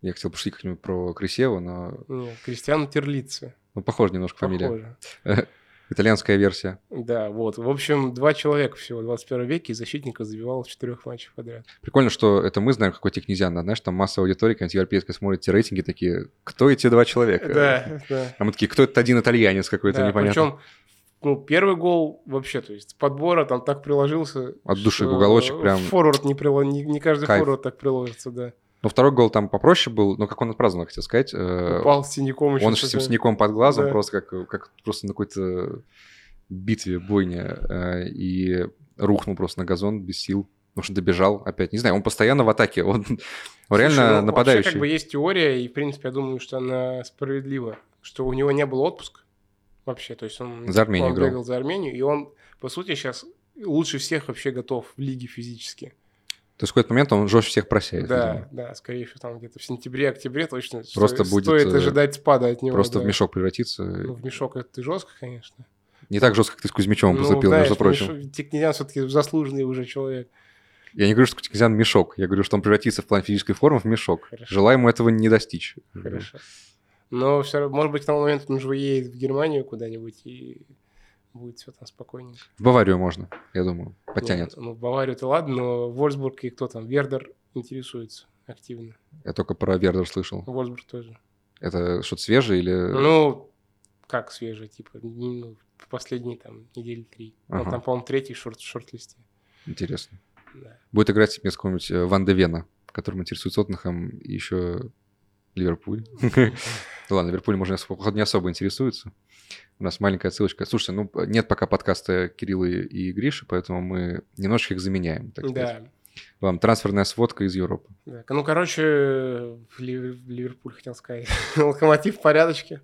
S2: Я хотел пошутить как-нибудь про Крысева, но
S1: Не, Кристиану Терлицы.
S2: ну, похоже немножко фамилия.
S1: Похоже.
S2: Итальянская версия.
S1: Да, вот. В общем, два человека всего в 21 веке, и защитника забивал в четырех матчах подряд.
S2: Прикольно, что это мы знаем, какой технизиан. а Знаешь, там масса аудитории, какая-нибудь европейская смотрит эти рейтинги, такие, кто эти два человека?
S1: Да, да.
S2: А мы такие, кто этот один итальянец какой-то,
S1: Да,
S2: непонятно.
S1: Причем, ну, первый гол вообще, то есть, с подбора там так приложился.
S2: От души,
S1: что
S2: уголочек прям.
S1: Форвард не, прило- не, не каждый
S2: Кайф.
S1: форвард так приложится, да.
S2: Но второй гол там попроще был, но как он отпраздновал, хотел сказать. э,
S1: Упал с синяком еще.
S2: он же с этим синяком под глазом,
S1: Да.
S2: просто как, как просто на какой-то битве, бойне, э, и рухнул просто на газон без сил. Потому что добежал опять. Не знаю, он постоянно в атаке. Он, он ну, реально
S1: ну, Вообще,
S2: нападающий.
S1: как бы есть теория, и, в принципе, я думаю, что она справедлива, что у него не было отпуска вообще. То есть он,
S2: За Армению
S1: он
S2: играл.
S1: бегал за Армению, и он, по сути, сейчас лучше всех вообще готов в лиге физически.
S2: То есть в какой-то момент он жестче всех просеет.
S1: Да,
S2: видимо.
S1: да, скорее всего, там где-то в сентябре-октябре точно сто-
S2: Просто будет,
S1: стоит
S2: э,
S1: ожидать спада от него.
S2: Просто
S1: да.
S2: в мешок превратится.
S1: Ну, в мешок это жестко, конечно.
S2: Не так жестко, как ты с Кузьмичевым
S1: Ну,
S2: поступил,
S1: знаешь,
S2: между прочим.
S1: мешок- Тикнезян все-таки заслуженный уже человек.
S2: Я не говорю, что Кутикзян мешок. Я говорю, что он превратится в плане физической формы в мешок.
S1: Хорошо.
S2: Желаю ему этого не достичь.
S1: Хорошо. Но все равно, может быть, к тому моменту он уже уедет в Германию куда-нибудь и будет все там спокойненько.
S2: В Баварию можно, я думаю. Потянет.
S1: Ну, ну, в Баварию-то ладно, но Вольсбург и кто там? Вердер интересуется активно.
S2: Я только про Вердер слышал.
S1: Вольсбург тоже.
S2: Это что-то свежее или...
S1: Ну, как свежий, типа, не- ну, последние там недели три. Он
S2: Ага.
S1: там, по-моему, третий в шорт- шорт-листе.
S2: Интересно.
S1: Да.
S2: Будет играть вместо какого-нибудь э, Ван де Вена, которым интересует Тоттенхэм и еще Ливерпуль. Ну ладно, Ливерпуль, можно, не особо интересуется. У нас маленькая отсылочка. Слушайте, ну нет пока подкаста Кирилла и- и Гриши, поэтому мы немножечко их заменяем, так сказать.
S1: Да,
S2: Вам трансферная сводка из Европы.
S1: да. Ну, короче, в Ливер- в Ливерпуль хотел сказать. Локомотив в порядочке.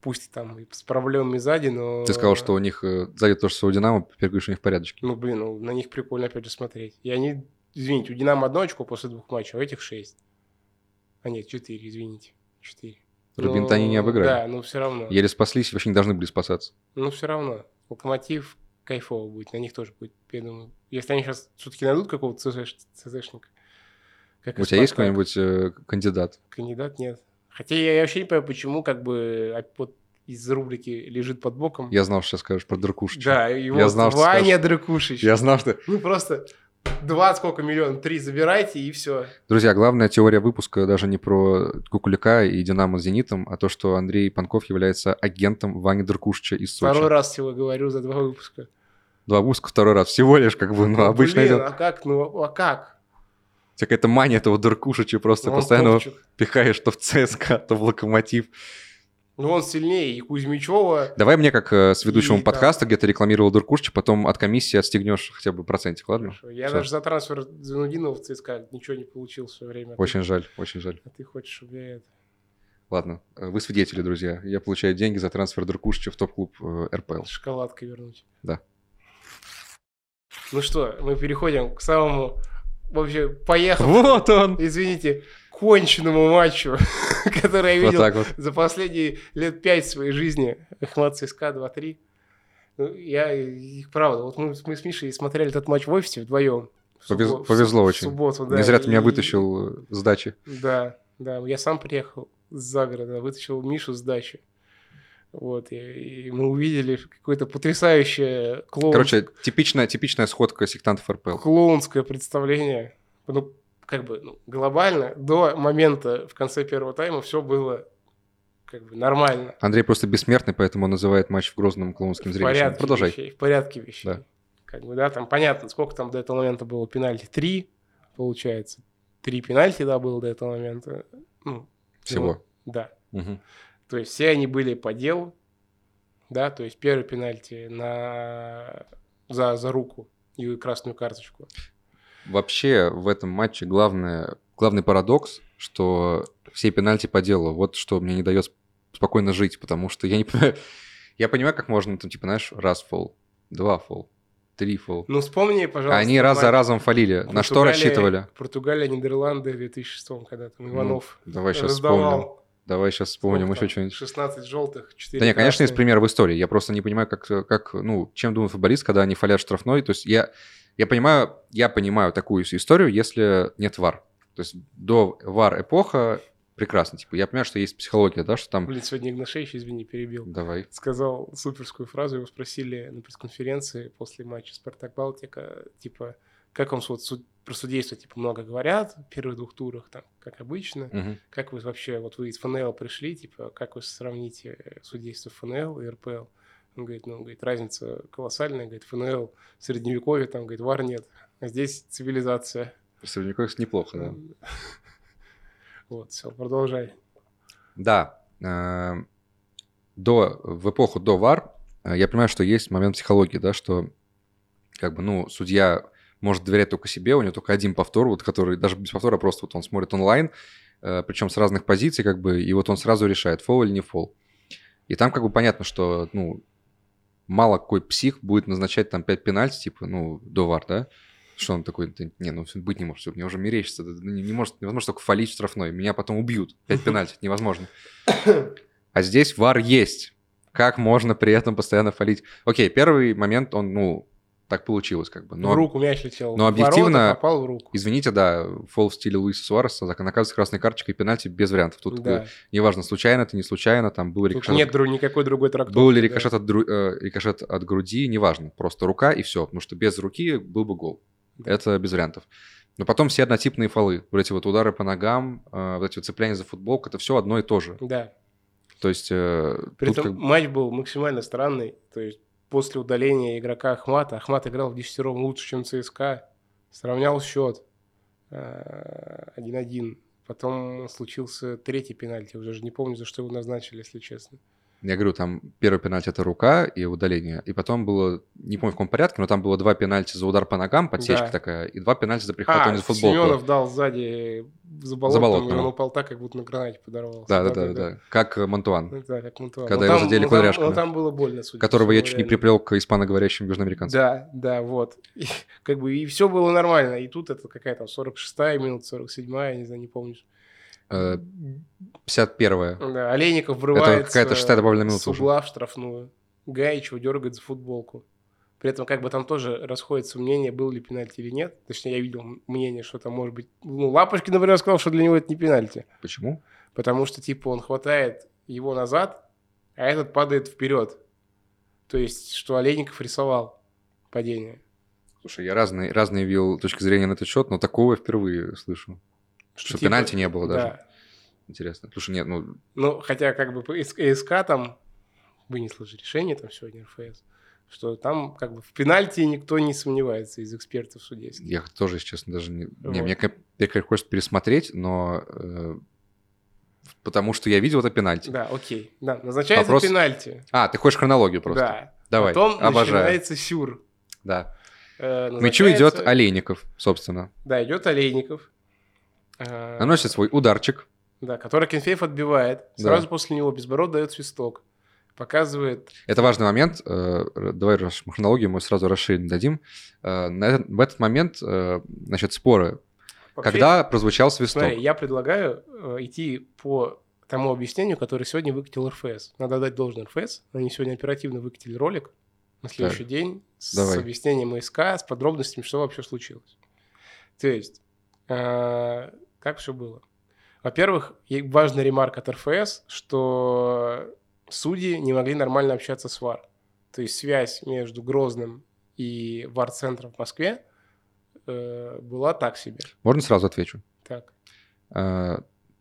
S1: Пусть там и с проблемами сзади, но...
S2: Ты сказал, что у них э, сзади то, что у Динамо, теперь говоришь, у них в порядке.
S1: Ну, блин, ну, на них прикольно опять же смотреть. И они, извините, у Динамо одно очко после двух матчей, а у этих шесть. А нет, четыре, извините. Четыре.
S2: Рубин-то они не
S1: Ну,
S2: обыграли.
S1: Да, но все равно.
S2: Еле спаслись, вообще не должны были спасаться.
S1: Ну, все равно. Локомотив кайфово будет. На них тоже будет, я думаю. Если они сейчас все-таки найдут какого-то ЦЗ ЦЗшника. как
S2: У
S1: и
S2: тебя есть
S1: Спартак.
S2: какой-нибудь э, кандидат?
S1: Кандидат нет. Хотя я, я вообще не понимаю, почему как бы а, вот из рубрики «Лежит под боком».
S2: Я знал, что сейчас скажешь про Дыркушича.
S1: Да, его
S2: Я знал, что
S1: Ваня Дракушич.
S2: Я знал, что...
S1: Ну, просто два сколько миллион, три забирайте, и все.
S2: Друзья, главная теория выпуска даже не про Кукуляка и Динамо с Зенитом, а то, что Андрей Панков является агентом Вани Дыркушича из Сочи.
S1: Второй раз всего говорю за два выпуска.
S2: Два выпуска второй раз. Всего лишь, как бы, ну, обычно
S1: Блин,
S2: идет.
S1: а как? Ну, а как? Ну,
S2: Вся какая-то мания этого Дыркушича, просто
S1: Он
S2: постоянно
S1: топчик.
S2: пихаешь то в ЦСКА, то в Локомотив.
S1: Ну, он сильнее и Кузьмичева.
S2: Давай мне, как э, с ведущим
S1: И там-
S2: подкаста, где ты рекламировал Дыркушича, потом от комиссии отстегнешь хотя бы процентик, ладно?
S1: Хорошо. Я
S2: Ну, Всё.
S1: даже за трансфер Занудинова в ЦСКА ничего не получил в свое время. А ты-
S2: Очень жаль, очень жаль.
S1: А ты хочешь, чтобы я это...
S2: Ладно, э, вы свидетели, друзья. Я получаю деньги за трансфер Дыркушича в топ-клуб э, РПЛ.
S1: шоколадкой вернуть?
S2: Да.
S1: Ну что, мы переходим к самому... Вообще, поехал.
S2: Вот он!
S1: Извините, конченному матчу, который я
S2: Вот
S1: видел
S2: так вот.
S1: за последние лет пять своей жизни Ахмат ЦСКА 2-3. Ну, я, и- правда, вот мы, с- мы с Мишей смотрели этот матч в офисе вдвоем. В
S2: Повез-
S1: суббо-
S2: повезло
S1: в
S2: очень.
S1: субботу, да.
S2: Не зря ты меня
S1: и-
S2: вытащил э, с дачи.
S1: Да, да, я сам приехал за города, вытащил Мишу с дачи. Вот, и, и мы увидели какое-то потрясающее клоун,
S2: Короче, типичная, типичная сходка сектантов РПЛ.
S1: клоунское представление. Ну, как бы ну, глобально до момента в конце первого тайма все было как бы нормально.
S2: Андрей просто бессмертный, поэтому он называет матч в Грозном клоунским
S1: в
S2: зрелищем.
S1: порядке
S2: Продолжай.
S1: вещей. В порядке вещей.
S2: Да.
S1: Как бы, да, там понятно, сколько там до этого момента было пенальти. Три, получается. Три пенальти, да, было до этого момента. Ну,
S2: Всего.
S1: ну, да.
S2: Мгм.
S1: То есть все они были по делу. Да, то есть первый пенальти на... за, за руку и красную карточку.
S2: Вообще в этом матче главное, главный парадокс, что все пенальти по делу. Вот что мне не дает спокойно жить, потому что я не понимаю... Я понимаю, как можно, там, типа, знаешь, раз фол, два фол, три фол.
S1: Ну, вспомни,
S2: А
S1: пожалуйста. Ну,
S2: Они раз за
S1: матч
S2: разом фалили. На что
S1: Португалия-
S2: рассчитывали?
S1: Португалия, Нидерланды в 2006 когда там Иванов
S2: Давай сейчас
S1: раздавал.
S2: Ну, вспомним. Давай сейчас вспомним еще что-нибудь.
S1: 16 желтых, 4
S2: Да нет, конечно, есть пример в истории. Я просто не понимаю, как, как, ну, чем думает футболист, когда они фалят штрафной. То есть я, я понимаю, я понимаю такую историю, если нет вар. То есть до вар эпоха прекрасно. Типа я понимаю, что есть психология, да, что там.
S1: Блин, сегодня Игнашевич, извини, перебил.
S2: Давай.
S1: Сказал суперскую фразу, его спросили на пресс-конференции после матча «Спартак-Балтика», типа, как вам вот суд- про судейство, типа, много говорят в первых двух турах, там, как обычно.
S2: Мгм.
S1: Как вы вообще, вот вы из ФНЛ пришли, типа, как вы сравните судейство ФНЛ и РПЛ? Он говорит, ну, говорит, разница колоссальная, говорит, ФНЛ в средневековье, там, говорит, вар нет, а здесь цивилизация.
S2: Средневековье неплохо, да.
S1: Вот, все, продолжай.
S2: Да. э, До, в эпоху до ВАР э, я понимаю, что есть момент психологии, да, что как бы, ну, судья может доверять только себе, у него только один повтор, вот который даже без повтора а просто вот он смотрит онлайн, причем с разных позиций, как бы, и вот он сразу решает, фол или не фол. И там как бы понятно, что, ну, мало какой псих будет назначать там 5 пенальти, типа, ну, до ВАР, да? Что он такой, «Да не, ну всё, быть не может, всё, мне уже мерещится, да, да, не, не может, невозможно только фалить в штрафной, меня потом убьют, пять пенальти, это невозможно. А здесь вар есть, как можно при этом постоянно фалить? Окей, первый момент, он, ну, так получилось как бы,
S1: в
S2: но,
S1: руку мяч летел.
S2: но
S1: в ворота,
S2: Ну, объективно-
S1: попал в руку.
S2: извините, да, фол в стиле Луиса Суареса, зак- наказывается красной карточкой, пенальти без вариантов, тут
S1: Да.
S2: э, неважно, случайно это, не случайно, там был
S1: Тут
S2: рикошет.
S1: нет дру- никакой другой трактовки.
S2: Был ли
S1: да.
S2: рикошет от, дру- э, рикошет от груди, неважно, просто рука и все, потому что без руки был бы гол.
S1: Да.
S2: Это без вариантов. Но потом все однотипные фолы, вот эти вот удары по ногам, э, вот эти вот цепляния за футболку, это все одно и то же.
S1: Да.
S2: То есть э,
S1: При
S2: тут
S1: этом
S2: как бы-
S1: матч был максимально странный. То есть после удаления игрока Ахмата, Ахмат играл в десятером лучше, чем ЦСКА. Сравнял счет э, 1-1. Потом случился третий пенальти. Уже же не помню, за что его назначили, если честно.
S2: я говорю, там первый пенальти это рука и удаление, и потом было, не помню в каком порядке, но там было два пенальти за удар по ногам, подсечка
S1: Да. А,
S2: такая, и два пенальти за прихватывание за футболку.
S1: Семенов дал сзади за болотом, и
S2: Болотного.
S1: он упал так, как будто на гранате подорвался.
S2: Да, да, да, да, как э, Монтуан,
S1: Ну Да, как Мантуан.
S2: Когда
S1: Но
S2: его
S1: там-
S2: задели
S1: но там-
S2: кудряшками.
S1: Но там было больно, судя по
S2: которого я
S1: всему,
S2: чуть не
S1: реально.
S2: приплел к испаноговорящим южноамериканцам.
S1: Да, да, вот. И как бы и все было нормально. И тут это какая там 46-я минута, 47-я, я не знаю, не помню.
S2: Э, 51-я.
S1: Да, Олейников врывается
S2: Это какая-то шестая добавленная
S1: с
S2: минута уже.
S1: угла в штрафную. Гаич его дергает за футболку. При этом как бы там тоже расходится мнение, был ли пенальти или нет. Точнее, я видел мнение, что там может быть... Ну, Лапочкин, например, сказал, что для него это не пенальти.
S2: Почему?
S1: Потому что, типа, он хватает его назад, а этот падает вперед. То есть, что Олейников рисовал падение.
S2: Слушай, я разные, разные вил точки зрения на этот счет, но такого я впервые слышу. Что,
S1: типа-
S2: пенальти не было даже.
S1: Да.
S2: Интересно. Слушай, нет, ну,
S1: Ну, хотя как бы СК там вынесло же решение там сегодня РФС, что там как бы в пенальти никто не сомневается из экспертов судейских.
S2: я тоже, если честно, даже не... не,
S1: Вот.
S2: мне, ка- мне как хочется пересмотреть, но... э, потому что я видел это пенальти.
S1: Да, окей. Да, назначается
S2: Вопрос
S1: пенальти.
S2: А, ты хочешь хронологию просто?
S1: Да.
S2: Давай,
S1: Потом
S2: обожаю.
S1: начинается сюр.
S2: Да.
S1: Э,
S2: К мячу идет
S1: назначается-
S2: Олейников, собственно.
S1: Да, идет Олейников. Э,
S2: Наносит свой ударчик.
S1: Да, который Кенфеев отбивает.
S2: Да.
S1: Сразу после него Безбород дает свисток. Показывает...
S2: Это важный момент. э, р- Давай раз хронологию мы сразу расширим дадим. Э, на этот- в этот момент, э, значит, споры.
S1: Вообще,
S2: Когда прозвучал свисток?
S1: Смотри, я предлагаю э, идти по тому объяснению, которое сегодня выкатил РФС. Надо дать должное РФС. Они сегодня оперативно выкатили ролик на следующий день с
S2: давай.
S1: объяснением ИСК, с подробностями, что вообще случилось. То есть, э, как все было? Во-первых, е- важная ремарка от РФС, что судьи не могли нормально общаться с ВАР. То есть связь между Грозным и ВАР-центром в Москве э, была так себе.
S2: Можно сразу отвечу?
S1: Так.
S2: Э,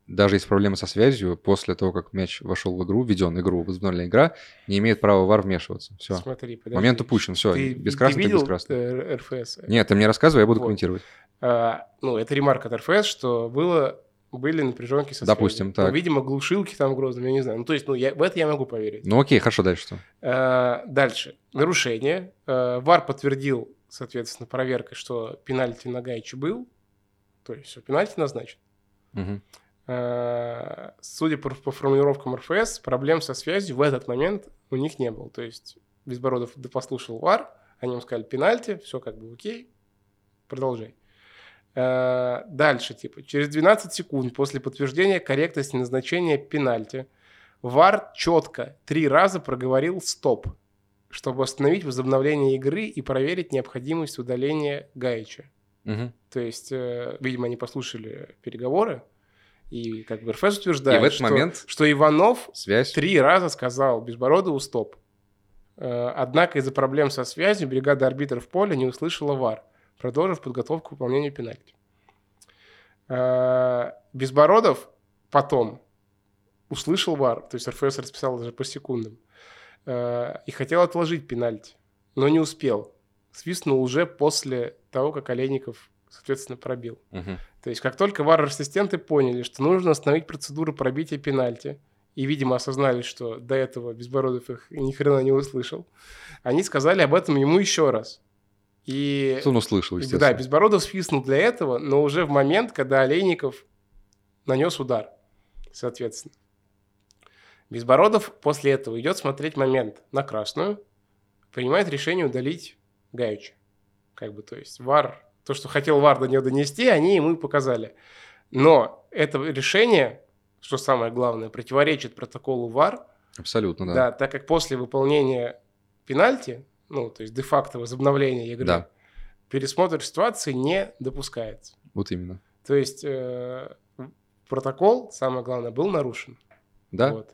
S2: Даже есть проблемы со связью, после того, как мяч вошел в игру, введен игру, возобновлена игра, не имеет права ВАР вмешиваться. Все.
S1: Смотри, подожди.
S2: Момент упущен. Все.
S1: Ты,
S2: Без
S1: ты
S2: красных, ты
S1: видел
S2: без красных.
S1: э, РФС?
S2: Нет, ты мне рассказывай, я буду
S1: Вот.
S2: комментировать.
S1: А, ну, это ремарка от РФС, что было, были напряженки со связью.
S2: Допустим,
S1: Ну,
S2: так.
S1: видимо, глушилки там грозные, я не знаю. Ну, то есть, ну, я, в это я могу поверить.
S2: Ну окей, хорошо, дальше что?
S1: А, дальше. Нарушение. А, ВАР подтвердил, соответственно, проверкой, что пенальти на Гайче был. То есть, все, пенальти назначен.
S2: Мгм.
S1: А, Судя по, по формулировкам РФС, проблем со связью в этот момент у них не было. То есть Безбородов послушал ВАР, они ему сказали пенальти, все как бы окей, продолжай. А, Дальше, типа, через 12 секунд после подтверждения корректности назначения пенальти ВАР четко три раза проговорил «стоп», чтобы остановить возобновление игры и проверить необходимость удаления Гаича.
S2: Мгм.
S1: То есть, э, видимо, они послушали переговоры, и как бы РФС утверждает,
S2: И в этот
S1: что,
S2: момент-
S1: что Иванов
S2: Связь.
S1: три раза сказал Безбородову «стоп». Э, Однако из-за проблем со связью бригада арбитров поля не услышала ВАР, продолжив подготовку к выполнению пенальти. Э, Безбородов потом услышал ВАР, то есть РФС расписал даже по секундам, э, и хотел отложить пенальти, но не успел. Свистнул уже после того, как Олейников, соответственно, пробил.
S2: Мгм.
S1: То есть, как только вар-ассистенты поняли, что нужно остановить процедуру пробития пенальти, и, видимо, осознали, что до этого Безбородов их ни хрена не услышал, они сказали об этом ему еще раз. И,
S2: Что Он услышал, естественно.
S1: да, Безбородов свистнул для этого, но уже в момент, когда Олейников нанес удар, соответственно. Безбородов после этого идет смотреть момент на красную, принимает решение удалить Гаюча. Как бы, то есть, вар то, что хотел ВАР до него донести, они ему и показали. Но это решение, что самое главное, противоречит протоколу ВАР,
S2: Абсолютно, да.
S1: да, так как после выполнения пенальти, ну, то есть де-факто возобновления игры,
S2: Да.
S1: пересмотр ситуации не допускается.
S2: Вот именно.
S1: То есть э, протокол, самое главное, был нарушен.
S2: Да?
S1: Вот.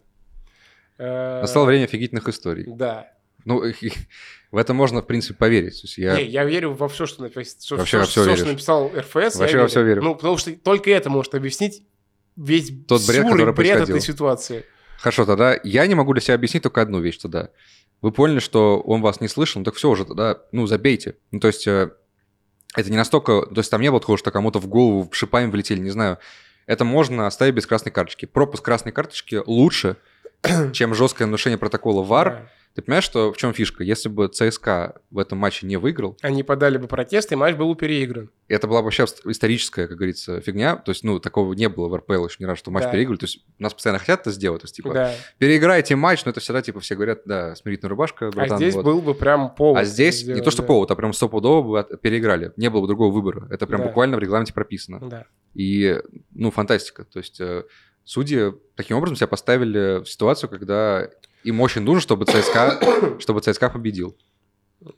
S1: Э,
S2: Настало время офигительных историй.
S1: Да.
S2: Ну, в это можно, в принципе, поверить. То есть я...
S1: Не, я верю во все, что, напис- что-
S2: Вообще во
S1: что-
S2: всё
S1: всё, что
S2: веришь.
S1: написал РФС. я
S2: Вообще во всё верю.
S1: Ну, потому что только это может объяснить весь
S2: Тот бред,
S1: сюр и
S2: который
S1: бред
S2: происходил.
S1: этой ситуации.
S2: Хорошо, тогда я не могу для себя объяснить только одну вещь тогда. Вы поняли, что он вас не слышал, ну так все уже тогда, ну забейте. Ну то есть э, это не настолько, то есть там не было такого, что кому-то в голову шипами влетели, не знаю. Это можно оставить без красной карточки. Пропуск красной карточки лучше, чем жесткое нарушение протокола ВАР.
S1: Да.
S2: Ты понимаешь, что в чем фишка? Если бы ЦСКА в этом матче не выиграл,
S1: Они подали бы протест, и матч был переигран.
S2: это была бы вообще абс- историческая, как говорится, фигня. То есть, ну, такого не было в РПЛ еще ни разу, что матч
S1: Да.
S2: переиграли. То есть, нас постоянно хотят это сделать. То есть, типа,
S1: да.
S2: переиграйте матч, но это всегда, типа, все говорят, да, смирительная рубашка, братан.
S1: а здесь
S2: вот.
S1: был бы прям повод.
S2: А здесь
S1: сделать,
S2: не то, что
S1: да.
S2: повод, а прям стопудово бы от- переиграли. Не было бы другого выбора. Это прям
S1: Да.
S2: буквально в регламенте прописано.
S1: Да.
S2: И, ну, фантастика. То есть, э, судьи таким образом себя поставили в ситуацию, когда им очень нужно, чтобы ЦСКА, чтобы ЦСКА победил.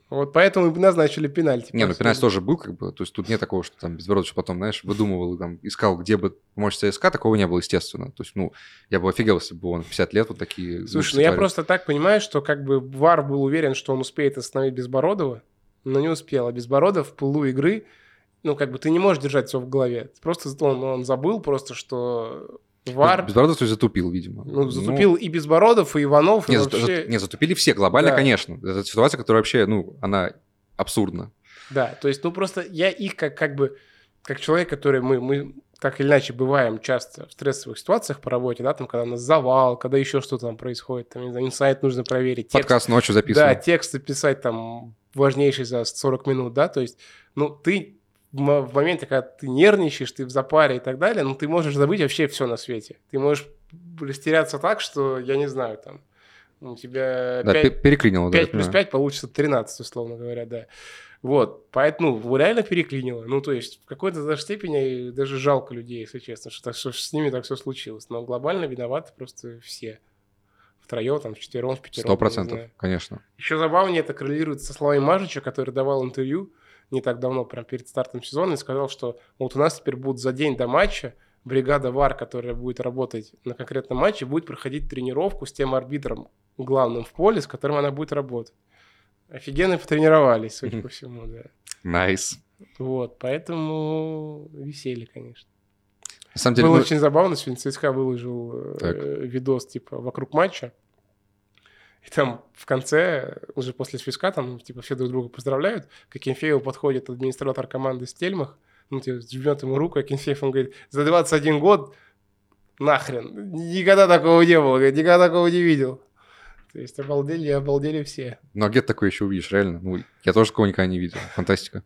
S1: Вот поэтому и назначили пенальти.
S2: Не, ну пенальти тоже был, как бы, то есть тут нет такого, что там Безбородович потом, знаешь, выдумывал, там, искал, где бы помочь ЦСКА, такого не было, естественно. То есть, ну, я бы офигел, если бы он в 50 лет вот такие...
S1: Слушай,
S2: глупости
S1: ну я
S2: творил.
S1: просто так понимаю, что как бы Вар был уверен, что он успеет остановить Безбородова, но не успел. А Безбородов в пылу игры, ну как бы ты не можешь держать все в голове. Просто он, он забыл просто, что Вар
S2: Безбородов, то есть, затупил, видимо.
S1: ну, затупил и Безбородов, и Иванов, и
S2: Не,
S1: вообще...
S2: зат- зат- не, затупили все глобально,
S1: Да.
S2: конечно. Это ситуация, которая вообще, ну, она абсурдна.
S1: Да, то есть, ну просто я их как, как бы, как человек, который мы, мы так или иначе бываем часто в стрессовых ситуациях по работе, да, там, когда у нас завал, когда еще что-то там происходит, там, не знаю, инсайт нужно проверить, текст
S2: Подкаст ночью записан.
S1: Да, типа тексты писать там важнейший за 40 минут, да, то есть, ну, ты в мо- в моменте, когда ты нервничаешь, ты в запаре и так далее, ну, ты можешь забыть вообще все на свете. Ты можешь растеряться так, что, я не знаю, там, у тебя
S2: Да,
S1: пять-
S2: пе- переклинило. да, я
S1: 5 плюс
S2: понимаю.
S1: 5 получится 13, условно говоря, да. Вот, поэтому ну, реально переклинило. Ну, то есть, в какой-то даже степени даже жалко людей, если честно, что, так- что с ними так все случилось. Но глобально виноваты просто все. Втроем, там, вчетвером, в пятером.
S2: Сто процентов, конечно.
S1: Еще забавнее это коррелирует со словами Мажича, который давал интервью не так давно, прям перед стартом сезона, и сказал, что вот у нас теперь будут за день до матча бригада ВАР, которая будет работать на конкретном матче, будет проходить тренировку с тем арбитром, главным в поле, с которым она будет работать. Офигенно потренировались, судя
S2: Мгм.
S1: по всему, да.
S2: Найс.
S1: Вот, поэтому веселье, конечно.
S2: На самом деле,
S1: Было
S2: ну,
S1: очень забавно, сегодня ЦСКА выложил э,
S2: Так.
S1: видос, типа, вокруг матча. И там в конце, уже после свистка, там, типа, все друг друга поздравляют. К Акинфееву подходит администратор команды Стельмах, ну, типа, жмет ему руку, Акинфеев, он говорит, за 21 год нахрен, никогда такого не было, говорит, никогда такого не видел. То есть обалдели, и обалдели все.
S2: ну, а где ты такое еще увидишь, реально? Ну, я тоже такого никогда не видел. Фантастика.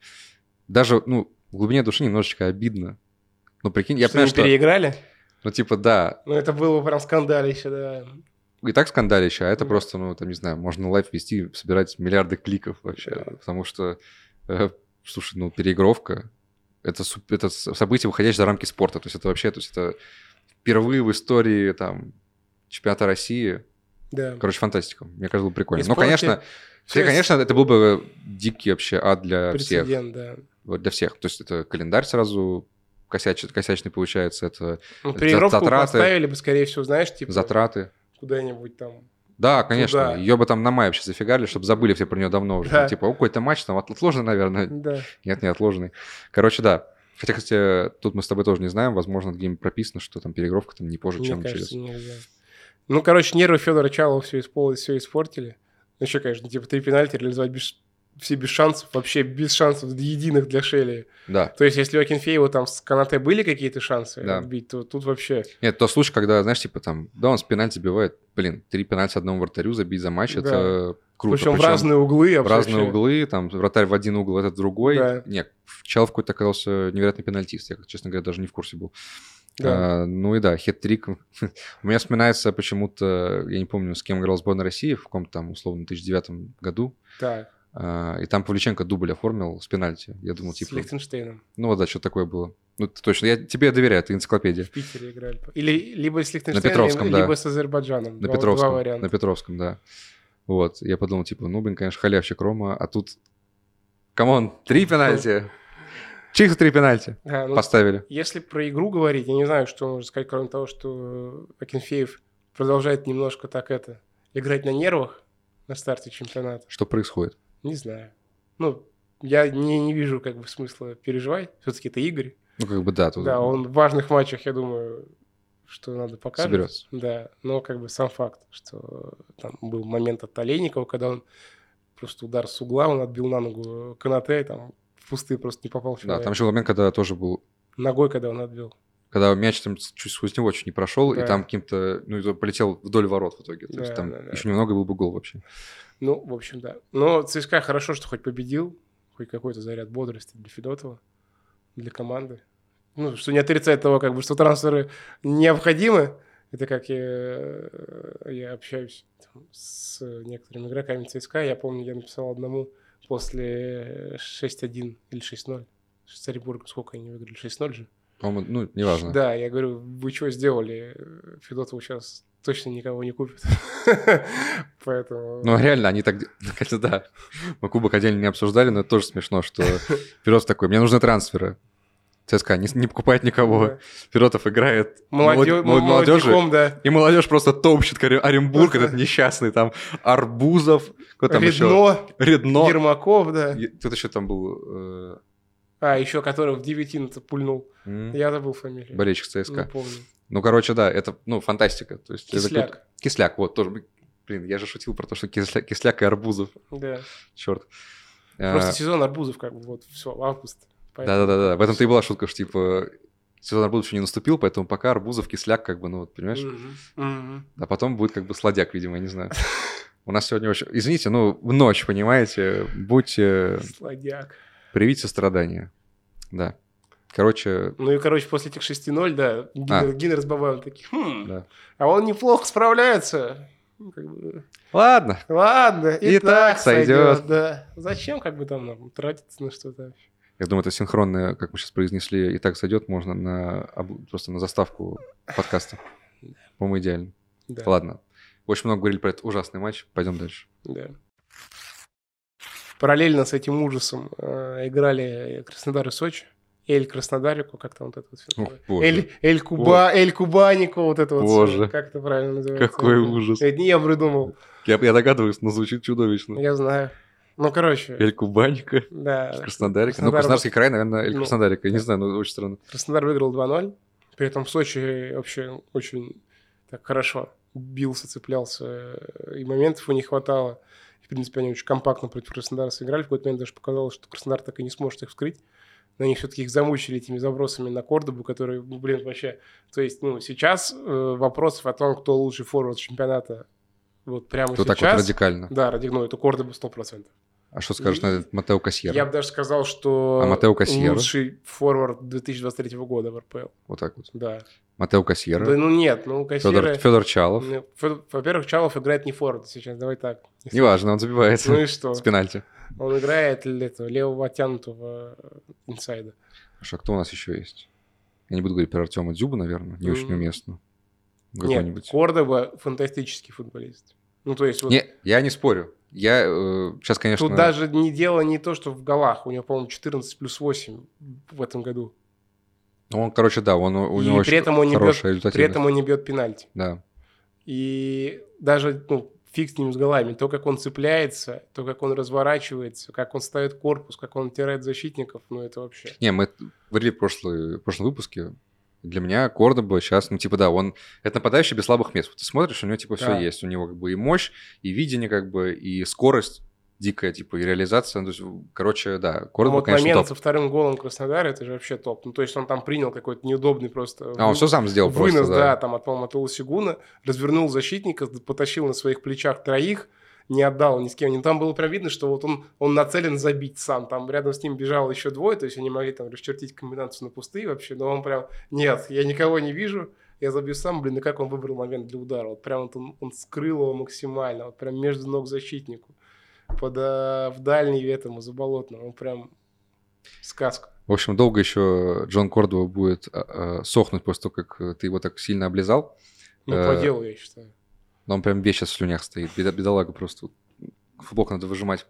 S2: Даже, ну, в глубине души немножечко обидно. Ну, прикинь, я
S1: Что,
S2: понимаю,
S1: не
S2: что...
S1: переиграли?
S2: Ну, типа, да,
S1: Ну, это было прям скандалище, да.
S2: и так скандалище, а это
S1: Да.
S2: просто, ну, там, не знаю, можно лайв вести и собирать миллиарды кликов вообще.
S1: Да.
S2: Потому что, э, слушай, ну, переигровка это, суп- это с- событие, выходящее за рамки спорта. То есть это вообще, то есть это впервые в истории там чемпионата России.
S1: Да.
S2: Короче, фантастика. Мне кажется, было прикольно.
S1: И
S2: Ну,
S1: спорте
S2: конечно,
S1: Всё
S2: все, конечно, это был бы дикий вообще ад для всех.
S1: Прецедент, да.
S2: Вот Для всех. То есть это календарь сразу косячный, косячный получается, это
S1: Ну, тренировку
S2: затраты.
S1: поставили бы, скорее всего, знаешь, типа...
S2: затраты.
S1: куда-нибудь там.
S2: Да, конечно.
S1: Туда.
S2: Ее бы там на мае вообще зафигали, чтобы забыли все про нее давно уже.
S1: Да.
S2: Типа, о, какой-то матч там от- отложенный, наверное.
S1: Да.
S2: Нет, не отложенный. Короче, да. Хотя, кстати, тут мы с тобой тоже не знаем. Возможно, где-нибудь прописано, что там перегровка там не позже,
S1: Мне
S2: чем
S1: кажется,
S2: через...
S1: нельзя. Ну, короче, нервы Федора Чалова все, испол... все испортили. Еще, конечно, типа три пенальти реализовать без... все без шансов, вообще без шансов единых для Шелли.
S2: Да.
S1: То есть, если у Акинфеева там с Канате были какие-то шансы
S2: Да.
S1: отбить, то тут вообще...
S2: Нет, тот случай, когда, знаешь, типа там, да, он с пенальти забивает. Блин, три пенальти одному вратарю забить за матч,
S1: Да.
S2: это круто.
S1: Причем в разные углы.
S2: в разные
S1: вообще.
S2: углы, там вратарь в один угол, этот в другой.
S1: Да.
S2: Нет, Чал какой-то оказался невероятный пенальтист. Я, честно говоря, даже не в курсе был.
S1: Да.
S2: А, ну и да, хет-трик. У меня вспоминается почему-то, я не помню, с кем играл сборная России в каком-то там, условно, 2009 году.
S1: Так.
S2: Э, И там Павличенко дубль оформил с пенальти. Я думал,
S1: С
S2: типа...
S1: Лихтенштейном.
S2: Ну вот, да, что такое было. Ну, ты точно. Я тебе доверяю, ты энциклопедия.
S1: В Питере играли. Или либо с Лихтенштейном,
S2: Петровском,
S1: либо,
S2: да.
S1: с Азербайджаном.
S2: На
S1: два,
S2: Петровском.
S1: Два варианта.
S2: На Петровском, да. Вот. Я подумал, типа, ну, блин, конечно, халявщик Рома, а тут... Камон,
S1: Ну,
S2: три пенальти. Чих три пенальти
S1: Да, ну,
S2: поставили.
S1: Если про игру говорить, я не знаю, что можно сказать, кроме того, что Акинфеев продолжает немножко так это играть на нервах на старте чемпионата.
S2: Что происходит?
S1: Не знаю. Ну, я не, не вижу как бы смысла переживать. Все-таки это Игорь.
S2: Ну, как бы, да, тут
S1: Да, он в важных матчах, я думаю, что надо показывать.
S2: соберется.
S1: Да, но как бы сам факт, что там был момент от Олейникова, когда он просто удар с угла, он отбил на ногу Канате, там в пустые просто не попал
S2: Да,
S1: человек.
S2: там еще момент, когда тоже был
S1: Ногой, когда он отбил.
S2: когда мяч там чуть сквозь него чуть не прошел, и
S1: Да.
S2: там каким-то, ну, и полетел вдоль ворот в итоге. То есть
S1: Да,
S2: там
S1: да, да.
S2: еще немного и был бы гол вообще.
S1: Ну, в общем, да. Но ЦСКА хорошо, что хоть победил, хоть какой-то заряд бодрости для Федотова, для команды. Ну, что не отрицает того, как бы, что трансферы необходимы. Это как я, э, я общаюсь там с некоторыми игроками ЦСКА. Я помню, я написал одному после 6-1 или 6-0. С Царибургом сколько они выиграли? 6-0 же?
S2: По-моему, ну, неважно.
S1: Да, я говорю, вы что сделали? Федотов сейчас точно никого не купит. Поэтому...
S2: Ну, реально, они так... де- Ну, конечно, да. Мы Кубок отдельно не обсуждали, но это тоже смешно, что Пиротов такой, мне нужны трансферы. ЦСКА не, с- не покупает
S1: да.
S2: никого. Пиротов играет
S1: Молодё...
S2: молод- молод- молодежи.
S1: молодняком, да.
S2: И молодежь просто топчет Коре- Оренбург, этот несчастный там Арбузов, кто там еще?
S1: Редно,
S2: Редно.
S1: Ермаков, да.
S2: Е- Кто-то еще там был? э,
S1: А, еще который в девятину-то пульнул.
S2: м,
S1: Я забыл фамилию.
S2: Болельщик
S1: Не
S2: ЦСКА.
S1: помню.
S2: Ну, короче, да, это, ну, фантастика. То есть это
S1: Кисляк.
S2: кто-то- Кисляк, вот, тоже. Блин, я же шутил про то, что Кисля- Кисляк и Арбузов.
S1: Да.
S2: Черт.
S1: Просто сезон арбузов как бы вот все, август. Поэтому-
S2: А. Да-да-да, в этом-то и была шутка, что типа сезон арбузов еще не наступил, поэтому пока арбузов, кисляк, как бы, ну вот, понимаешь?
S1: Мгм, мгм.
S2: А потом будет как бы сладяк, видимо, я не знаю. У нас сегодня очень... Извините, ну, в ночь, понимаете? Будьте...
S1: Сладяк.
S2: Привите страдания. Да. Короче,
S1: Ну и, короче, после этих 6-0, да, Гиннер, Гиннер с Бабаем такие, «Хм,
S2: А. да.
S1: а он неплохо справляется. Ну, как бы,
S2: Ладно.
S1: Ладно, и,
S2: И так сойдёт.
S1: сойдёт, Да. Зачем как бы там нам тратиться на что-то? вообще?
S2: Я думаю, это синхронное, как мы сейчас произнесли, и так сойдет, можно на об- просто на заставку подкаста. По-моему, идеально.
S1: Да.
S2: Ладно. Очень много говорили про этот ужасный матч. Пойдем дальше.
S1: Да. Параллельно с этим ужасом э, играли Краснодар и Сочи. Эль Краснодарику, как там вот это вот всё
S2: Ох,
S1: такое?
S2: боже.
S1: Эль, Эль, Куба, Эль Кубанику, вот это вот. всё.
S2: Боже.
S1: Как это правильно называется?
S2: Какой
S1: Это-
S2: ужас.
S1: Это не я придумал,
S2: Я, я догадываюсь, но звучит чудовищно.
S1: я знаю. Ну, короче,
S2: Эль Кубаника.
S1: да,
S2: Краснодарик. Ну,
S1: Краснодар-
S2: Краснодарский край, наверное, Эль
S1: Ну.
S2: Краснодарик. Я не знаю, ну, очень странно.
S1: Краснодар выиграл 2-0. При этом Сочи вообще очень так хорошо бился, цеплялся, э, и моментов у них хватало. И, в принципе, они очень компактно против Краснодара сыграли. В какой-то момент даже показалось, что Краснодар так и не сможет их вскрыть. Но они все-таки их замучили этими забросами на Кордобу, которые, ну, блин, вообще... То есть, ну, сейчас э, вопросов о том, кто лучший форвард чемпионата, вот прямо
S2: Кто так вот
S1: сейчас...
S2: радикально.
S1: да, ради, ну, это Кордоба 100%.
S2: А что скажешь на этот Матео Кассьера?
S1: Я бы даже сказал, что
S2: А Матео Кассиера?
S1: лучший форвард 2023 года в РПЛ.
S2: Вот так вот.
S1: Да.
S2: Матео
S1: Да,
S2: Кассьера.
S1: ну нет, ну
S2: Федор,
S1: кассиры...
S2: Федор Чалов.
S1: Ну, Фе- Во-первых, Чалов играет не Форд сейчас, давай так.
S2: Неважно, он забивает
S1: Ну и что?
S2: с пенальти.
S1: Он играет л- этого, левого оттянутого э, инсайда.
S2: Хорошо, а кто у нас еще есть? Я не буду говорить про Артема Дзюба, наверное. Не очень
S1: М.
S2: уместно.
S1: Нет,
S2: Какой-нибудь.
S1: Кордоба фантастический футболист. Ну, то есть, вот
S2: Не, я не спорю. Я э, сейчас, конечно...
S1: тут даже не дело не то, что в голах. У него, по-моему, 14 плюс 8 в этом году.
S2: Ну, он, короче, да, он, у
S1: И
S2: него
S1: при
S2: очень
S1: этом он не бьет-
S2: хорошая
S1: При
S2: результативность.
S1: этом он не бьет пенальти.
S2: Да.
S1: И даже, ну, фиг с ним с голами. То, как он цепляется, то, как он разворачивается, как он ставит корпус, как он оттирает защитников, ну, это вообще...
S2: Не, мы говорили в, прошлый- в прошлом выпуске. Для меня Кордоба сейчас, ну, типа, да, он... Это нападающий без слабых мест. Вот Ты смотришь, у него, типа, все
S1: Да.
S2: есть. У него, как бы, и мощь, и видение, как бы, и скорость дикая, типа, и реализация. Ну, то есть, короче, да,
S1: Ну,
S2: Кордоба,
S1: вот
S2: конечно,
S1: момент
S2: топ.
S1: со вторым голом Краснодара, это же вообще топ. Ну, то есть он там принял какой-то неудобный просто
S2: А, он
S1: вы-
S2: все сам сделал
S1: вынос,
S2: просто,
S1: да.
S2: да.
S1: там, от, по-моему, от Улусигуна, развернул защитника, потащил на своих плечах троих, не отдал ни с кем. Ну, там было прям видно, что вот он, он нацелен забить сам. Там рядом с ним бежало еще двое, то есть они могли там расчертить комбинацию на пустые вообще, но он прям, нет, я никого не вижу, я забью сам, блин, и как он выбрал момент для удара. Вот прям вот он, он скрыл его максимально, вот прям между ног защитнику. Лампа, да, в дальний этому заболотному. Он прям сказка.
S2: В общем, долго еще Джон Кордова будет а, а, сохнуть после того, как э, ты его так сильно облизал.
S1: Ну,
S2: Э,
S1: по делу, я считаю.
S2: Но он прям весь сейчас в слюнях стоит. Беда- бедолага просто. Футболку надо выжимать.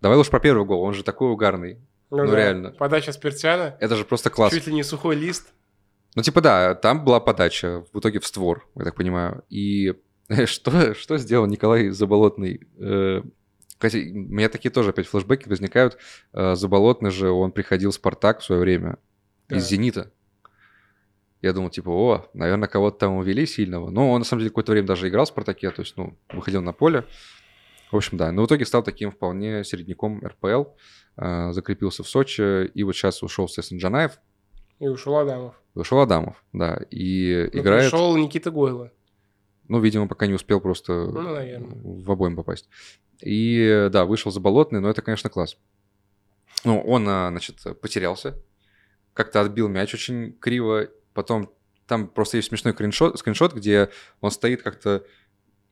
S2: Давай лучше про первый гол. Он же такой угарный. ну, реально.
S1: Подача Спиртяна.
S2: Это же просто класс.
S1: Чуть ли не сухой лист.
S2: Ну, типа, да, там была подача, в итоге в створ, я так понимаю. И что, что сделал Николай Заболотный? Э, Кстати, у меня такие тоже опять флешбеки возникают. Э, Заболотный же, он приходил в «Спартак» в свое время из
S1: Да.
S2: «Зенита». Я думал, типа, о, наверное, кого-то там увели сильного. Но он, на самом деле, какое-то время даже играл в «Спартаке», то есть, ну, выходил на поле. В общем, да. Но в итоге стал таким вполне середняком РПЛ. э, Закрепился в Сочи. И вот сейчас ушел, естественно, Джанаев.
S1: И ушел Адамов.
S2: Вышел Адамов, да, и
S1: Но
S2: играет,
S1: Пришел Никита Гойло.
S2: ну, видимо, пока не успел просто
S1: Ну, наверное.
S2: в обоим попасть. И, э, да, вышел Заболотный, но это, конечно, класс. Ну, он, а, значит, потерялся, как-то отбил мяч очень криво, потом там просто есть смешной скриншот, скриншот где он стоит как-то,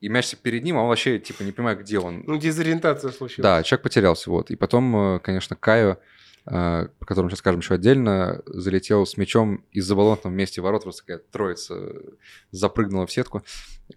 S2: и мяч перед ним, а он вообще, типа, не понимает, где он.
S1: Ну, дезориентация случилась.
S2: Да, человек потерялся, вот. И потом, э, конечно, Кайо, э, про которого мы сейчас скажем еще отдельно, залетел с мячом из-за болотного вместе ворот, просто такая троица э, запрыгнула в сетку.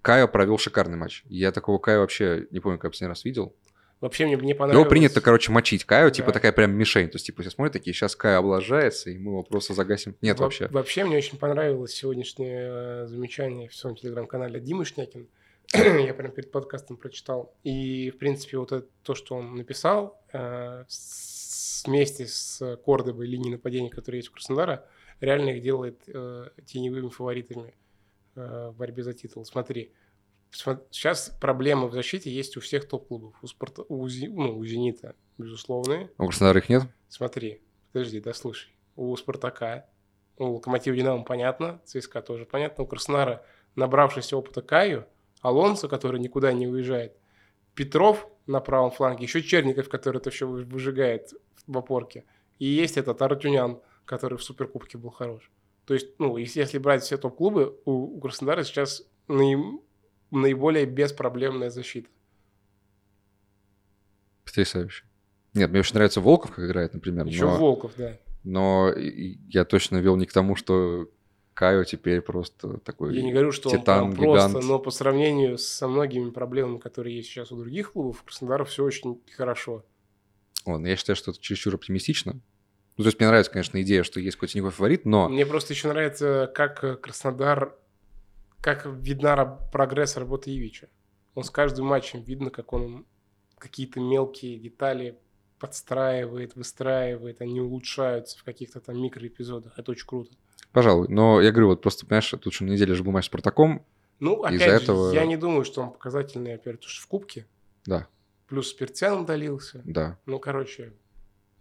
S2: Кайо провел шикарный матч. Я такого Кайо вообще не помню, как я последний раз видел.
S1: Вообще мне, мне понравилось.
S2: Его принято, короче, мочить Кайо, типа
S1: Да.
S2: такая прям мишень. То есть, типа, все смотрят такие, сейчас Кайо облажается, и мы его просто загасим. Нет
S1: Во-
S2: вообще.
S1: Вообще мне очень понравилось сегодняшнее э, замечание в своем телеграм-канале Димы Шнякина. Я прям перед подкастом прочитал. И, в принципе, вот это, то, что он написал э, с- вместе с Кордобой линии нападения, которая есть у Краснодара, реально их делает э, теневыми фаворитами э, в борьбе за титул. Смотри, сейчас проблемы в защите есть у всех топ-клубов. У, Спарта- у, Зи- ну, у «Зенита», безусловные.
S2: У Краснодара их нет.
S1: Смотри, подожди, дослушай. У Спартака, у Локомотива Динамо понятно, ЦСКА тоже понятно, у Краснодара, набравшись опыта Каю, Алонсо, который никуда не уезжает, Петров на правом фланге, еще Черников, который это все выжигает в опорке, и есть этот Артюнян, который в Суперкубке был хорош. То есть, ну, если, если брать все топ-клубы, у, у Краснодара сейчас наим- наиболее беспроблемная защита.
S2: Потрясающе. Нет, мне очень нравится Волков, как играет, например.
S1: Еще
S2: но-
S1: Волков, да.
S2: Но и- и я точно вел не к тому, что Кайо теперь просто такой...
S1: Я не говорю, что
S2: титан,
S1: он прям просто,
S2: гигант.
S1: но по сравнению со многими проблемами, которые есть сейчас у других клубов, у Краснодара все очень хорошо.
S2: Ладно, я считаю, что это чересчур оптимистично. Ну, то есть мне нравится, конечно, идея, что есть какой-то теневой фаворит, но
S1: Мне просто еще нравится, как э, Краснодар, как видна раб- прогресс работы Ивича. Он с каждым матчем видно, как он какие-то мелкие детали подстраивает, выстраивает, они улучшаются в каких-то там микроэпизодах. Это очень круто.
S2: пожалуй. Но я говорю, вот просто, понимаешь, тут же на неделе же был матч с Спартаком.
S1: Ну, опять
S2: Из-за
S1: же,
S2: этого-
S1: я не думаю, что он показательный, опять, потому что в Кубке.
S2: Да.
S1: Плюс Спиртян удалился.
S2: Да,
S1: Ну, короче,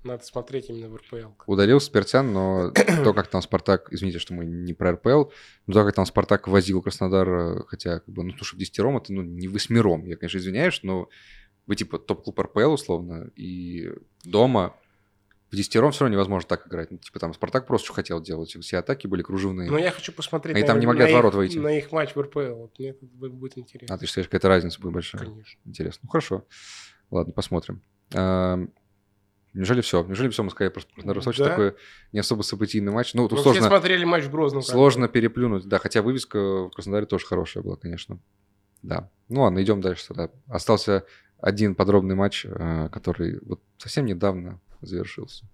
S1: надо смотреть именно в РПЛ.
S2: удалил Спиртян, но то, как там Спартак, извините, что мы не про РПЛ, но то, как там Спартак возил Краснодар, э, хотя, как бы, ну, слушай, в десятером это, ну, не восьмером, я, конечно, извиняюсь, но вы, типа, топ-клуб РПЛ, условно, и дома в десятером все равно невозможно так играть. Ну, типа, там Спартак просто что хотел делать, все атаки были кружевные.
S1: Но Ну, я хочу посмотреть
S2: Они там не могли
S1: на
S2: от ворот
S1: их,
S2: выйти.
S1: на их матч в РПЛ. Вот мне это бу- будет интересно.
S2: А ты считаешь, какая-то разница будет большая?
S1: Конечно.
S2: Интересно. Ну хорошо. Ладно, посмотрим. Эм, Неужели все? Неужели все мы сказали про Краснодар Сочи?
S1: Да.
S2: Такой не особо событийный матч. Ну,
S1: Ну,
S2: тут
S1: Все
S2: сложно,
S1: смотрели матч в Грозном. как бы.
S2: сложно переплюнуть. Да, хотя вывеска в Краснодаре тоже хорошая была, конечно. Да. Ну ладно, идем дальше тогда. Остался один подробный матч, э, который вот совсем недавно завершился.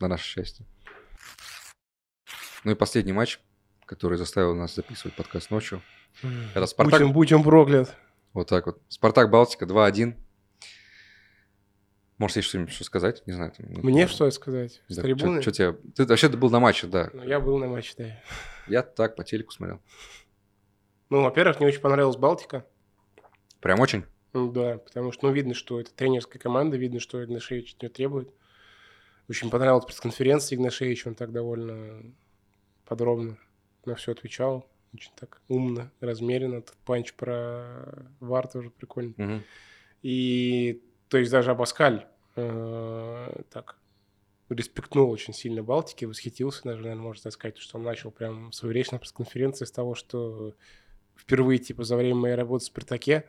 S2: На наше счастье. Ну и последний матч, который заставил нас записывать подкаст ночью.
S1: М.
S2: Это
S1: Будь
S2: Спартак
S1: он- будь он проклят.
S2: вот так вот. Спартак Балтика 2-1. Может, есть что-нибудь что сказать? Не знаю. там, ну,
S1: Мне
S2: там,
S1: что сказать? С
S2: да,
S1: трибуны?
S2: чё- чё тебе- Ты вообще ты был на матче, да.
S1: Ну, я был на матче, да.
S2: Я так по телеку смотрел.
S1: Ну, во-первых, мне очень понравилась Балтика.
S2: Прям очень.
S1: Ну, да, потому что, ну, видно, что это тренерская команда, видно, что Игнашевич от нее требует. Очень понравилась пресс-конференция Игнашевича, он так довольно подробно на все отвечал. Очень так умно, размеренно. Этот панч про Вар тоже прикольно.
S2: Мгм.
S1: И, то есть, даже Абаскаль э, так респектнул очень сильно Балтики, восхитился даже, наверное, можно так сказать, что он начал прям свою речь на пресс-конференции с того, что впервые, типа, за время моей работы в «Спартаке»,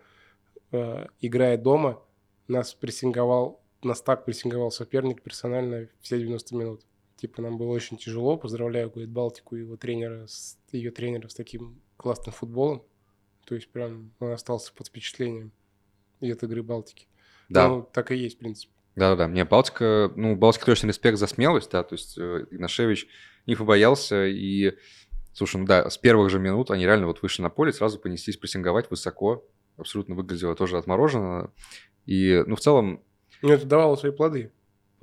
S1: э, играя дома, Нас прессинговал, нас так прессинговал соперник персонально все 90 минут. Типа нам было очень тяжело. Поздравляю, говорит, Балтику и его тренера, с, ее тренера с таким классным футболом. То есть прям он остался под впечатлением и от игры Балтики.
S2: Да.
S1: Ну, так и есть, в принципе.
S2: Да-да-да, мне Балтика, ну, Балтика точно респект за смелость, да, то есть э, Игнашевич не побоялся, и, слушай, ну да, с первых же минут они реально вот вышли на поле, сразу понеслись прессинговать высоко, абсолютно выглядело тоже отмороженно, и, ну, в целом,
S1: Ну, это давало свои плоды.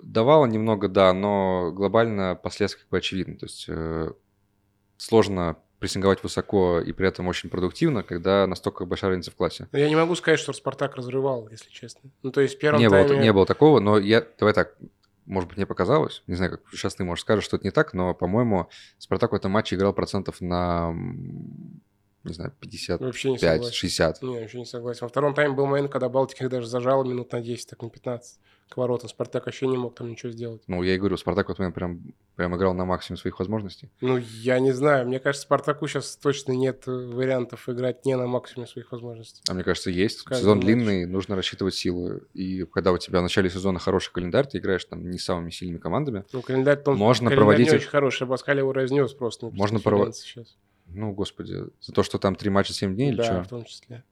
S2: давало немного, да, но глобально последствия как бы очевидны, то есть э, сложно прессинговать высоко и при этом очень продуктивно, когда настолько большая разница в классе.
S1: Но я не могу сказать, что Спартак разрывал, если честно. Ну, то есть в первом
S2: Не было,
S1: тайме...
S2: не было такого, но я, давай так, может быть, мне показалось, не знаю, как сейчас ты, может, скажешь, что это не так, но, по-моему, Спартак в этом матче играл процентов на, м, не знаю,
S1: Вообще Ну, не согласен.
S2: 55-60.
S1: Не, вообще не согласен. Во втором тайме был момент, когда Балтика их даже зажала минут на 10, так на 15 к воротам. Спартак вообще не мог там ничего сделать.
S2: Ну, я и говорю, Спартак в этот момент прям, прям играл на максимум своих возможностей.
S1: Ну, я не знаю. Мне кажется, Спартаку сейчас точно нет э, вариантов играть не на максимуме своих возможностей.
S2: А мне кажется, есть.
S1: Каждый
S2: Сезон
S1: матч.
S2: длинный, нужно рассчитывать силы. И когда у тебя в начале сезона хороший календарь, ты играешь там не с самыми сильными командами.
S1: Ну, календарь, там,
S2: Можно
S1: календарь
S2: проводить
S1: не
S2: их-
S1: очень хороший. Абаскаль его разнес просто. на
S2: Можно
S1: конференции
S2: провод-
S1: Сейчас.
S2: Ну, господи, за то, что там три матча 7 дней или
S1: да,
S2: что?
S1: в том числе.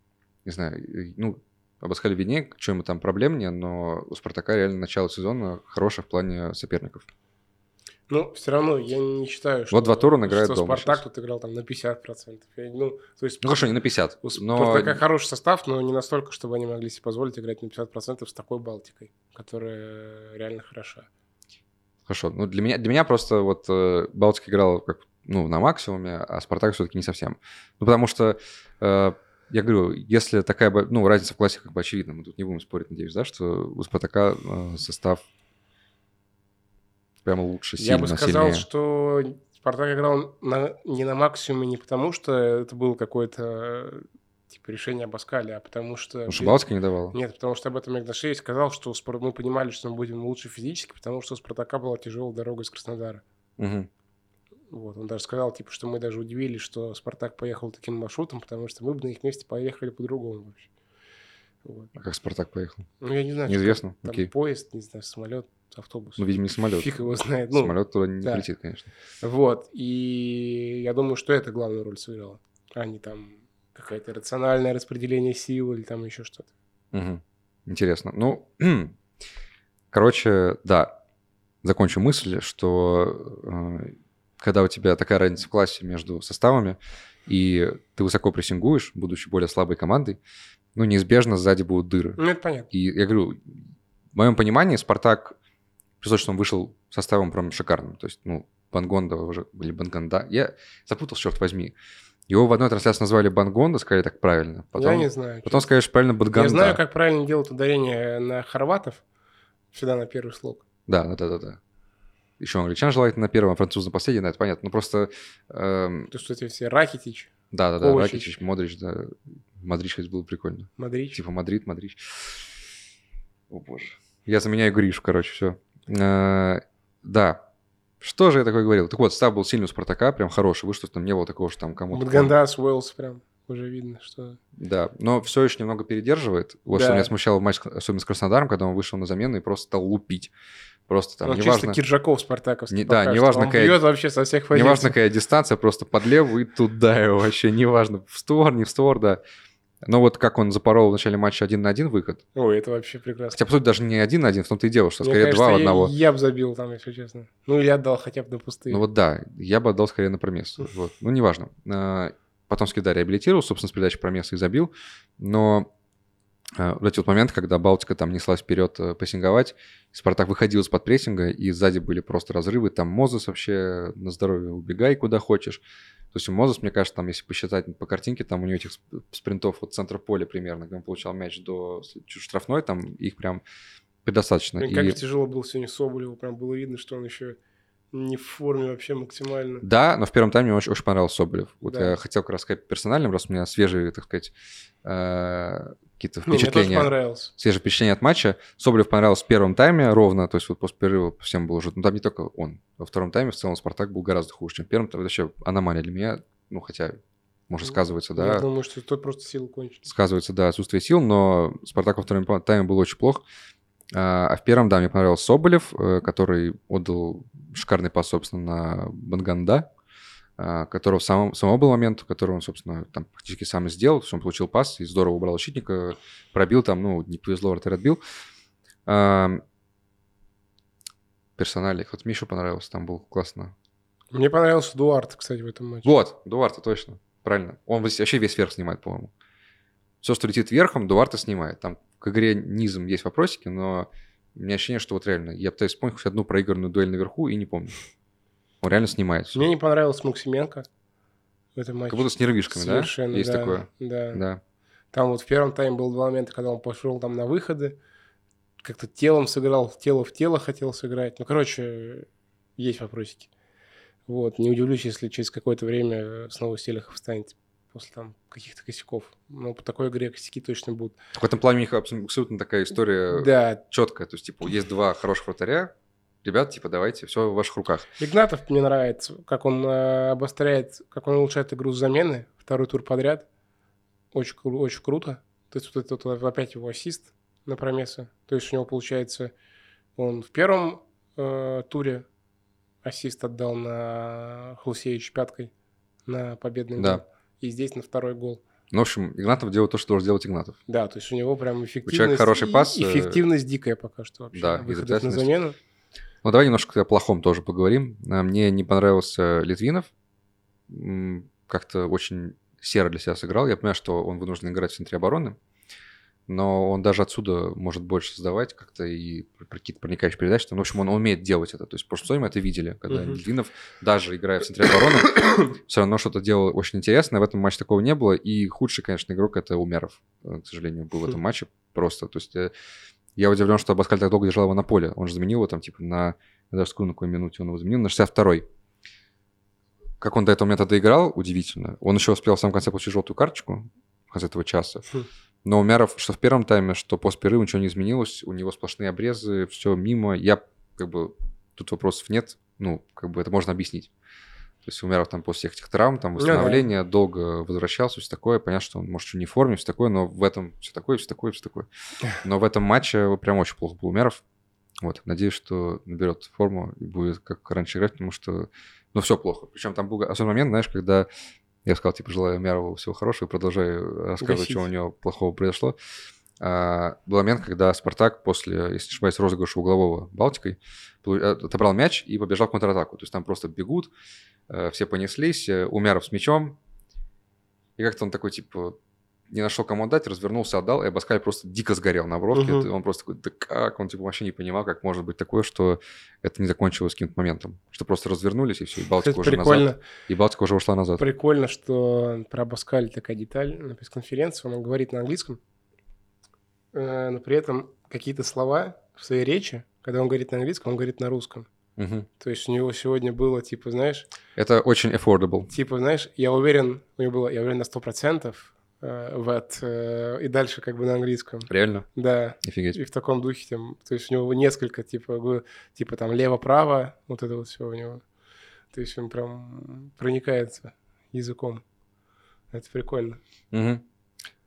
S2: не знаю, и- ну, обоскали виднее, к чему там проблем не, но у Спартака реально начало сезона хорошее в плане соперников.
S1: Ну, все равно я не считаю, что...
S2: два тура он играет
S1: что
S2: дома
S1: Спартак
S2: щас.
S1: тут играл там на 50%. Я- ну, то есть...
S2: Ну хорошо, не на 50,
S1: У
S2: но
S1: Спартака хороший состав, но не настолько, чтобы они могли себе позволить играть на 50% с такой Балтикой, которая реально хороша.
S2: хорошо. Ну, для меня, для меня просто вот э, Балтика играл как, ну, на максимуме, а Спартак все-таки не совсем. Ну, потому что, э, я говорю, если такая, бо- ну, разница в классе как бы очевидна, мы тут не будем спорить, надеюсь, да, что у Спартака э, состав прямо лучше, сильно,
S1: Я бы сказал,
S2: сильнее.
S1: что Спартак играл на- не на максимуме не потому, что это было какое-то типа решение Абаскаля, а потому что...
S2: Потому что Балтика не давала.
S1: Нет, потому что об этом Игнашевич сказал, что у Спар- мы понимали, что мы будем лучше физически, потому что у Спартака была тяжелая дорога из Краснодара.
S2: Мгм.
S1: Вот, он даже сказал, типа, что мы даже удивились, что Спартак поехал таким маршрутом, потому что мы бы на их месте поехали по-другому вообще. Вот.
S2: А как Спартак поехал?
S1: Ну, я не знаю, что
S2: Неизвестно.
S1: Там
S2: Окей.
S1: поезд, не знаю, самолет, автобус.
S2: Ну, видимо, не самолет.
S1: Фиг его знает. Ну,
S2: Самолет туда не
S1: да.
S2: полетит, конечно.
S1: вот. И я думаю, что это главную роль сыграло. А не там какое-то рациональное распределение сил или там еще что-то.
S2: Мгм. Интересно. Ну, короче, да, закончу мысль, что э, когда у тебя такая разница в классе между составами, и ты высоко прессингуешь, будучи более слабой командой, ну, неизбежно сзади будут дыры.
S1: Ну, это понятно.
S2: И я говорю, в моем понимании Спартак, при том, что он вышел составом прям шикарным. То есть, ну, Бангонда уже, или Бангонда. Я запутал, черт возьми. Его в одной трансляции назвали Бангонда, сказали так правильно. Потом,
S1: я не знаю.
S2: потом сказали, что правильно Бангонда.
S1: Я знаю, как правильно делать ударение на хорватов. Всегда на первый слог.
S2: Да, да, да, да. да. Еще англичан желательно на первом, а француз на последнем, да, это понятно. Ну, просто... эм,
S1: То, что эти все Ракетич,
S2: да, да, да,
S1: Коучич.
S2: Ракичич, Модрич, да. Модрич хоть было прикольно.
S1: Мадрич.
S2: Типа Мадрид, Мадрич. О, боже. Я заменяю Гришу, короче, все. да. Что же я такое говорил? Так вот, став был сильный у Спартака, прям хороший, вы что там не было такого, что там кому-то...
S1: Мадгандас, Уэллс прям. Уже видно, что...
S2: Да, но все еще немного передерживает. Вот что
S1: Да.
S2: меня смущало в матче, особенно с Краснодаром, когда он вышел на замену и просто стал лупить. Просто там,
S1: Он
S2: неважно...
S1: Ну, чисто Киржаков спартаковский
S2: Не- да,
S1: пока что.
S2: неважно,
S1: Он
S2: какая-
S1: бьет вообще со всех позиций.
S2: Неважно, какая дистанция, просто под левую и туда его вообще, неважно, в створ, не в створ, да. Но вот как он запорол в начале матча один на один выход.
S1: Ой, это вообще прекрасно.
S2: Хотя, по сути, даже не один на один, в том-то и дело, что
S1: Мне
S2: скорее
S1: кажется,
S2: два в
S1: Ну, я-
S2: одного.
S1: Я, бы забил там, если честно. Ну, или отдал хотя бы на пустые.
S2: Ну вот да, я бы отдал скорее на промес. Вот. Ну, неважно. А, Потом скида реабилитировал, собственно, с передачи промеса и забил. Но а, вот эти вот моменты, когда Балтика там неслась вперед э, прессинговать, Спартак выходил из-под прессинга, и сзади были просто разрывы. Там Мозес вообще на здоровье убегай куда хочешь. То есть у Мозес, мне кажется, там, если посчитать по картинке, там у него этих сп- спринтов от центра поля примерно, где он получал мяч до с- чуть штрафной, там их прям предостаточно.
S1: Блин,
S2: И-
S1: Ну, Как же тяжело было сегодня Соболеву. Прям было видно, что он еще не в форме вообще максимально. Ну,
S2: Да, но в первом тайме мне очень, очень понравился Соболев. Вот
S1: Да.
S2: я хотел как раз сказать персональным, раз у меня свежие, так сказать, э, какие-то
S1: Не, Ну, мне тоже
S2: впечатления.
S1: понравился.
S2: Свежие впечатления от матча. Соболев понравился в первом тайме ровно, то есть вот после перерыва всем было жутко. Ну, там не только он. Во втором тайме в целом Спартак был гораздо хуже, чем в первом. Там вообще аномалия для меня. Ну, хотя может, сказывается,
S1: Я
S2: да,
S1: думаю, что тут просто силы кончились.
S2: сказывается, да, отсутствие сил, но Спартак во втором тайме был очень плох. А а в первом, да, мне понравился Соболев, э, который отдал шикарный пас, собственно, на Банганда, а, которого самого, самого был момент, который он, собственно, там практически сам и сделал, потому что он получил пас и здорово убрал защитника, пробил там, ну, не повезло, вратарь отбил. А, Персоналик. Вот мне еще понравился, там был классно.
S1: Мне понравился Дуарт, кстати, в этом матче.
S2: Вот, Дуарта, точно. Правильно. Он вось- вообще весь верх снимает, по-моему. Все, что летит верхом, Дуарта снимает. Там к игре низом есть вопросики, но у меня ощущение, что вот реально, я пытаюсь вспомнить хоть одну проигранную дуэль наверху и не помню. Он реально снимает. всё.
S1: Мне не понравился Максименко в этом матче.
S2: Как будто с нервишками, да?
S1: Совершенно,
S2: Есть
S1: да,
S2: такое.
S1: Да.
S2: Да.
S1: Там вот в первом тайме был два момента, когда он пошел там на выходы, как-то телом сыграл, тело в тело хотел сыграть. Ну, короче, есть вопросики. Вот, не удивлюсь, если через какое-то время снова Селихов встанет после там каких-то косяков. Но по такой игре косяки точно будут.
S2: В этом плане у них абсо- абсолютно такая история
S1: Да,
S2: четкая. То есть, типа, есть два хороших вратаря, ребят, типа, давайте, все в ваших руках.
S1: Игнатов мне нравится, как он э, обостряет, как он улучшает игру с замены, второй тур подряд. Очень, кру- очень круто. То есть вот это вот опять его ассист на промеса. То есть у него получается, он в первом э, туре ассист отдал на Хлусевич пяткой на победный
S2: Да.
S1: гол. И здесь на второй гол.
S2: Ну, в общем, Игнатов делает то, что должен делать Игнатов.
S1: Да, то есть у него прям эффективность.
S2: хороший
S1: и-
S2: пас, э,
S1: Эффективность дикая пока что вообще.
S2: да,
S1: выходов на
S2: изобретательность.
S1: замену.
S2: Ну, давай немножко о плохом тоже поговорим. А, Мне не понравился Литвинов. М, Как-то очень серо для себя сыграл. Я понимаю, что он вынужден играть в центре обороны, но он даже отсюда может больше создавать как-то и про- про какие-то проникающие передачи. Там, в общем, он умеет делать это. То есть в прошлом сезоне мы это видели, когда
S1: Мгм.
S2: Литвинов, даже играя в центре обороны, все равно что-то делал очень интересное. В этом матче такого не было. И худший, конечно, игрок — это Умеров, э, к сожалению, был в этом
S1: Хм.
S2: матче. Просто, то есть э, я удивлен, что Абаскаль так долго держал его на поле. Он же заменил его там, типа, на... Я даже скажу, на какой минуте он его заменил. На 62-й. Как он до этого момента доиграл, удивительно. Он еще успел в самом конце получить желтую карточку в конце этого часа.
S1: Хм.
S2: Но Умяров, что в первом тайме, что после перерыва ничего не изменилось. У него сплошные обрезы, все мимо. Я, как бы, тут вопросов нет. Ну, как бы это можно объяснить. То есть Умяров там после всех этих травм, там
S1: Ну да.
S2: восстановления, долго возвращался, все такое. Понятно, что он, может, еще не в форме, все такое, но в этом все такое, все такое, все такое. Но в этом матче прям очень плохо был Умяров. Вот, надеюсь, что наберет форму и будет как раньше играть, потому что, ну, все плохо. Причем там был особенный момент, знаешь, когда я сказал, типа, желаю Умярову всего хорошего, и продолжаю рассказывать,
S1: Гасить.
S2: что у него плохого произошло. А, был момент, когда Спартак после, если не ошибаюсь, розыгрыша углового Балтикой, полу- э, отобрал мяч и побежал в контратаку. То есть там просто бегут, э, все понеслись, э, Умяров с мячом, и как-то он такой, типа, не нашел кому отдать, развернулся, отдал, и Абаскаль просто дико сгорел на броске.
S1: Мгм.
S2: Он просто такой, да как? Он типа вообще не понимал, как может быть такое, что это не закончилось каким-то моментом. Что просто развернулись, и все, и Балтика
S1: Это
S2: уже
S1: прикольно.
S2: назад. И Балтика уже ушла назад.
S1: Прикольно, что про Баскаль такая деталь на пресс-конференции. Он говорит на английском, э, но при этом какие-то слова в своей речи, когда он говорит на английском, он говорит на русском.
S2: Мгм.
S1: То есть у него сегодня было, типа, знаешь,
S2: Это очень affordable.
S1: типа, знаешь, я уверен, у него было, я уверен на 100% э, в это, э, и дальше как бы на английском.
S2: Реально?
S1: Да,
S2: Офигеть.
S1: и в таком духе, там, то есть у него несколько, типа, гу- типа там лево-право, вот это вот все у него. То есть он прям проникается языком. Это прикольно.
S2: Мгм.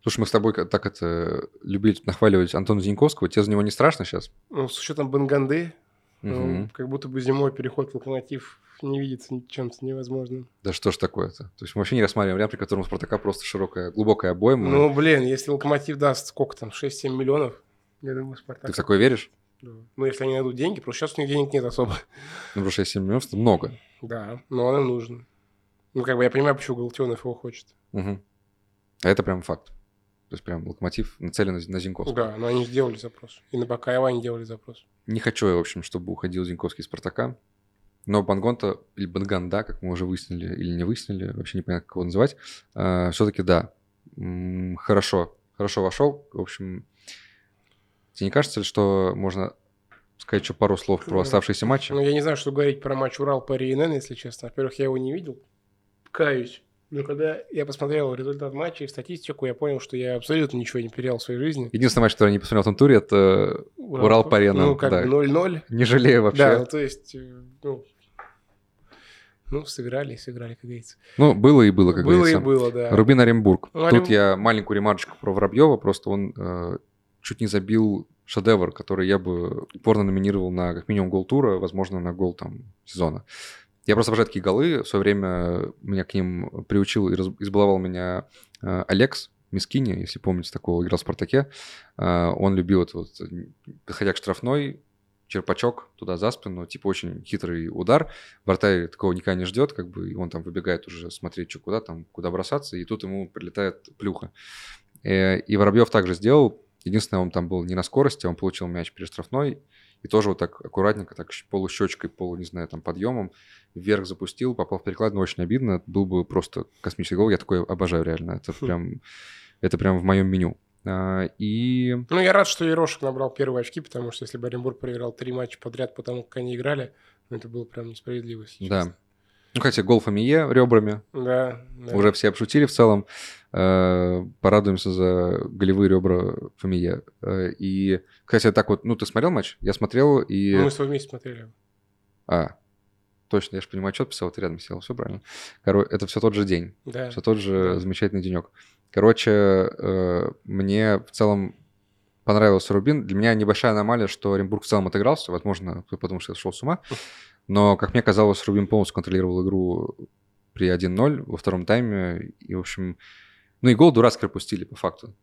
S2: Слушай, мы с тобой к- так это э, любили тут нахваливать Антона Зиньковского. Тебе за него не страшно сейчас?
S1: Ну, с учетом Банганды, ну, как будто бы зимой переход в локомотив не видится ни- чем-то невозможным.
S2: Да что ж такое-то? То есть мы вообще не рассматриваем вариант, при котором у Спартака просто широкая, глубокая обойма.
S1: Ну, блин, если локомотив даст сколько там, 6-7 миллионов, я думаю,
S2: Ты в
S1: Спартак.
S2: такое веришь?
S1: да. Ну, если они найдут деньги, просто сейчас у них денег нет особо.
S2: Ну, потому что 6-7 миллионов это много.
S1: Да, но оно нужно. Ну, как бы я понимаю, почему Галактионов его хочет.
S2: Мгм. А это прям факт. То есть прям локомотив нацелен на Зин- на Зиньковского.
S1: Да, но они сделали запрос. И на Бакаева они делали запрос.
S2: Не хочу я, в общем, чтобы уходил Зиньковский из Спартака. Но Бангонта или Банганда, как мы уже выяснили или не выяснили, вообще непонятно, как его называть, все-таки да. М, Хорошо, хорошо вошел. В общем, тебе не кажется ли, что можно сказать еще пару слов про
S1: Ну,
S2: оставшиеся матчи?
S1: Ну, я не знаю, что говорить про матч Урал по если честно. Во-первых, я его не видел. Каюсь. Но когда я посмотрел результат матча и статистику, я понял, что я абсолютно ничего не потерял в своей жизни.
S2: Единственный матч, который я не посмотрел в этом туре, это Урал по Ренам,
S1: Ну, как
S2: да.
S1: бы 0-0.
S2: не жалею вообще.
S1: Да, ну, то есть, э, ну, Ну, сыграли, и сыграли, как говорится.
S2: Ну, было и было, как
S1: было
S2: говорится.
S1: и было, да.
S2: Рубин Оренбург.
S1: Ну, Орен-
S2: Тут я маленькую ремарочку про Воробьева. Просто он э, чуть не забил шедевр, который я бы упорно номинировал на как минимум гол тура, возможно, на гол там сезона. Я просто обожаю такие голы. В свое время меня к ним приучил и раз- избаловал меня э, Алекс Мискини, если помните, такого играл в «Спартаке». Э, он любил это вот, э, подходя к штрафной, черпачок туда за спину, типа очень хитрый удар. Вратарь такого никогда не ждет, как бы, и он там выбегает уже смотреть, что куда там, куда бросаться, и тут ему прилетает плюха. Э, И Воробьев также сделал. Единственное, он там был не на скорости, он получил мяч перед штрафной, и тоже вот так аккуратненько, так щ- полущечкой, полу, не знаю, там подъемом вверх запустил, попал в перекладину, очень обидно. Это был бы просто космический гол, я такое обожаю реально. Это
S1: Хм.
S2: прям, это прям в моем меню. А, И
S1: Ну, я рад, что Ерошек набрал первые очки, потому что если бы Оренбург проиграл три матча подряд, потому как они играли, ну, это было прям несправедливо. если
S2: Да.
S1: честно.
S2: Ну, хотя гол Фамие ребрами
S1: Да. да.
S2: уже все обшутили в целом. Э, Порадуемся за голевые ребра Фамие. Э, И, кстати, так вот, ну, ты смотрел матч? Я смотрел и...
S1: Ну, мы с тобой вместе смотрели.
S2: А, точно, я же понимаю, отчет писал, ты рядом сел, все правильно. Короче, это все тот же день.
S1: Да.
S2: Все тот же замечательный денек. Короче, э, мне в целом понравился Рубин. Для меня небольшая аномалия, что Оренбург в целом отыгрался. Возможно, кто потому что я сошел с ума. Но, как мне казалось, Рубин полностью контролировал игру при 1-0 во втором тайме. И, в общем, ну и гол дурацкий пропустили, по факту.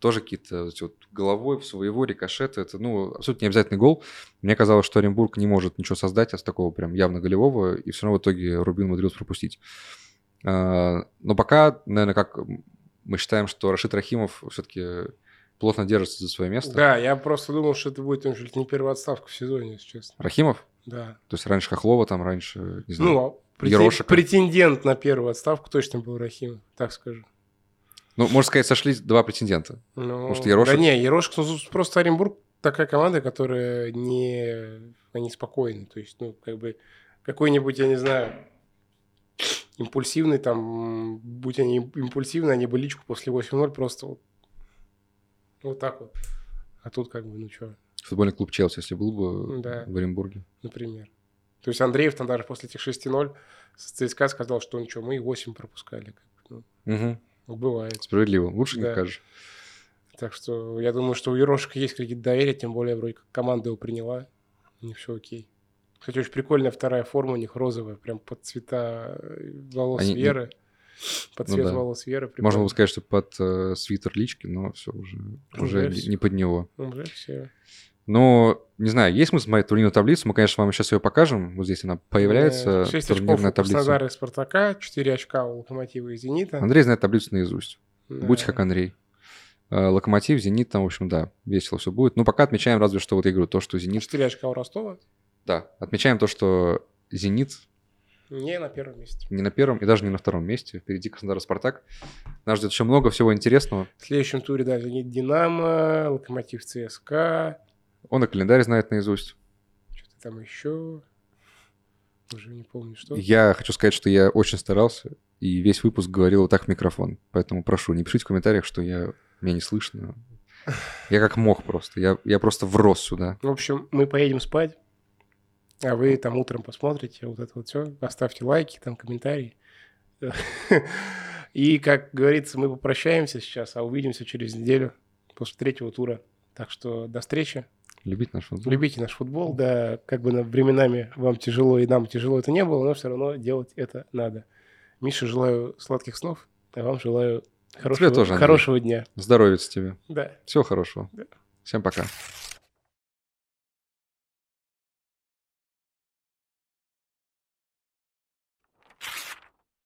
S2: Тоже какие-то вот эти вот головой в своего рикошеты. Это, ну, абсолютно необязательный гол. Мне казалось, что Оренбург не может ничего создать из такого прям явно голевого, и все равно в итоге Рубин умудрился пропустить. А, Но пока, наверное, как мы считаем, что Рашид Рахимов все-таки плотно держится за свое место.
S1: Да, я просто думал, что это будет, он чуть ли не первая отставка в сезоне, если честно.
S2: Рахимов,
S1: Да.
S2: то есть раньше Хохлова, там раньше, не знаю.
S1: Ну, а претен-
S2: Ерошика.
S1: претендент на первую отставку точно был Рахим, так скажу.
S2: Ну, можно сказать, сошлись два претендента.
S1: Но...
S2: Может, Ерошек?
S1: Ну, Да не, Ерошек, ну, тут просто Оренбург такая команда, которая не... Они спокойны, то есть, ну, как бы какой-нибудь, я не знаю, импульсивный там, м, будь они им- импульсивны, они бы личку после 8-0 просто вот, вот так вот. А тут как бы, ну что,
S2: Футбольный клуб Челси, если был бы
S1: Да.
S2: в Оренбурге.
S1: например. То есть Андреев там даже после этих 6-0 с ЦСКА сказал, что ничего, мы и 8 пропускали. Как бы,
S2: Мгм.
S1: ну, бывает.
S2: Справедливо. Лучше не
S1: Да.
S2: скажешь.
S1: Так что я думаю, что у Ерошика есть какие-то доверия, тем более вроде как команда его приняла. Не все окей. Кстати, очень прикольная вторая форма у них розовая, прям под цвета э, волос
S2: Они-
S1: Веры. Под
S2: Ну
S1: цвет
S2: да.
S1: волос Веры.
S2: Можно
S1: прикольно. Ну,
S2: бы сказать, что под э, свитер лички, но все уже, уже
S1: Уже
S2: не,
S1: всё.
S2: не под него.
S1: Ну, бля, все.
S2: Но, не знаю, есть смысл смотреть турнирную таблицу? Мы, конечно, вам сейчас ее покажем. Вот здесь она появляется,
S1: Э, шесть очков
S2: турнирная
S1: у
S2: таблица.
S1: Краснодара и Спартака, 4 очка у Локомотива и Зенита.
S2: Андрей знает таблицу наизусть.
S1: Да.
S2: Будь как Андрей. Э, Локомотив, Зенит, там, в общем, да, весело все будет. Ну, пока отмечаем разве что, вот я говорю, то, что Зенит...
S1: 4 очка у Ростова.
S2: Да, отмечаем то, что Зенит
S1: Не на первом месте.
S2: не на первом и даже не на втором месте. Впереди Краснодар и Спартак. Нас ждет еще много всего интересного.
S1: В следующем туре, да, Зенит Динамо, Локомотив ЦСКА,
S2: Он и календарь знает наизусть.
S1: что-то там еще. Уже не помню, что.
S2: Я хочу сказать, что я очень старался и весь выпуск говорил вот так в микрофон. Поэтому прошу, не пишите в комментариях, что я... меня не слышно. Я как мог просто. Я, я просто врос сюда.
S1: В общем, мы поедем спать, а вы там утром посмотрите вот это вот все. Оставьте лайки, там комментарии. И, как говорится, мы попрощаемся сейчас, а увидимся через неделю после третьего тура. Так что до встречи.
S2: Любить наш футбол.
S1: Любите наш футбол, да, как бы на- временами вам тяжело и нам тяжело это не было, но все равно делать это надо. Миша, желаю сладких снов, а вам желаю хорошего,
S2: тоже, Андрей.
S1: хорошего дня.
S2: Здоровья тебе.
S1: Да.
S2: Всего хорошего.
S1: Да.
S2: Всем пока.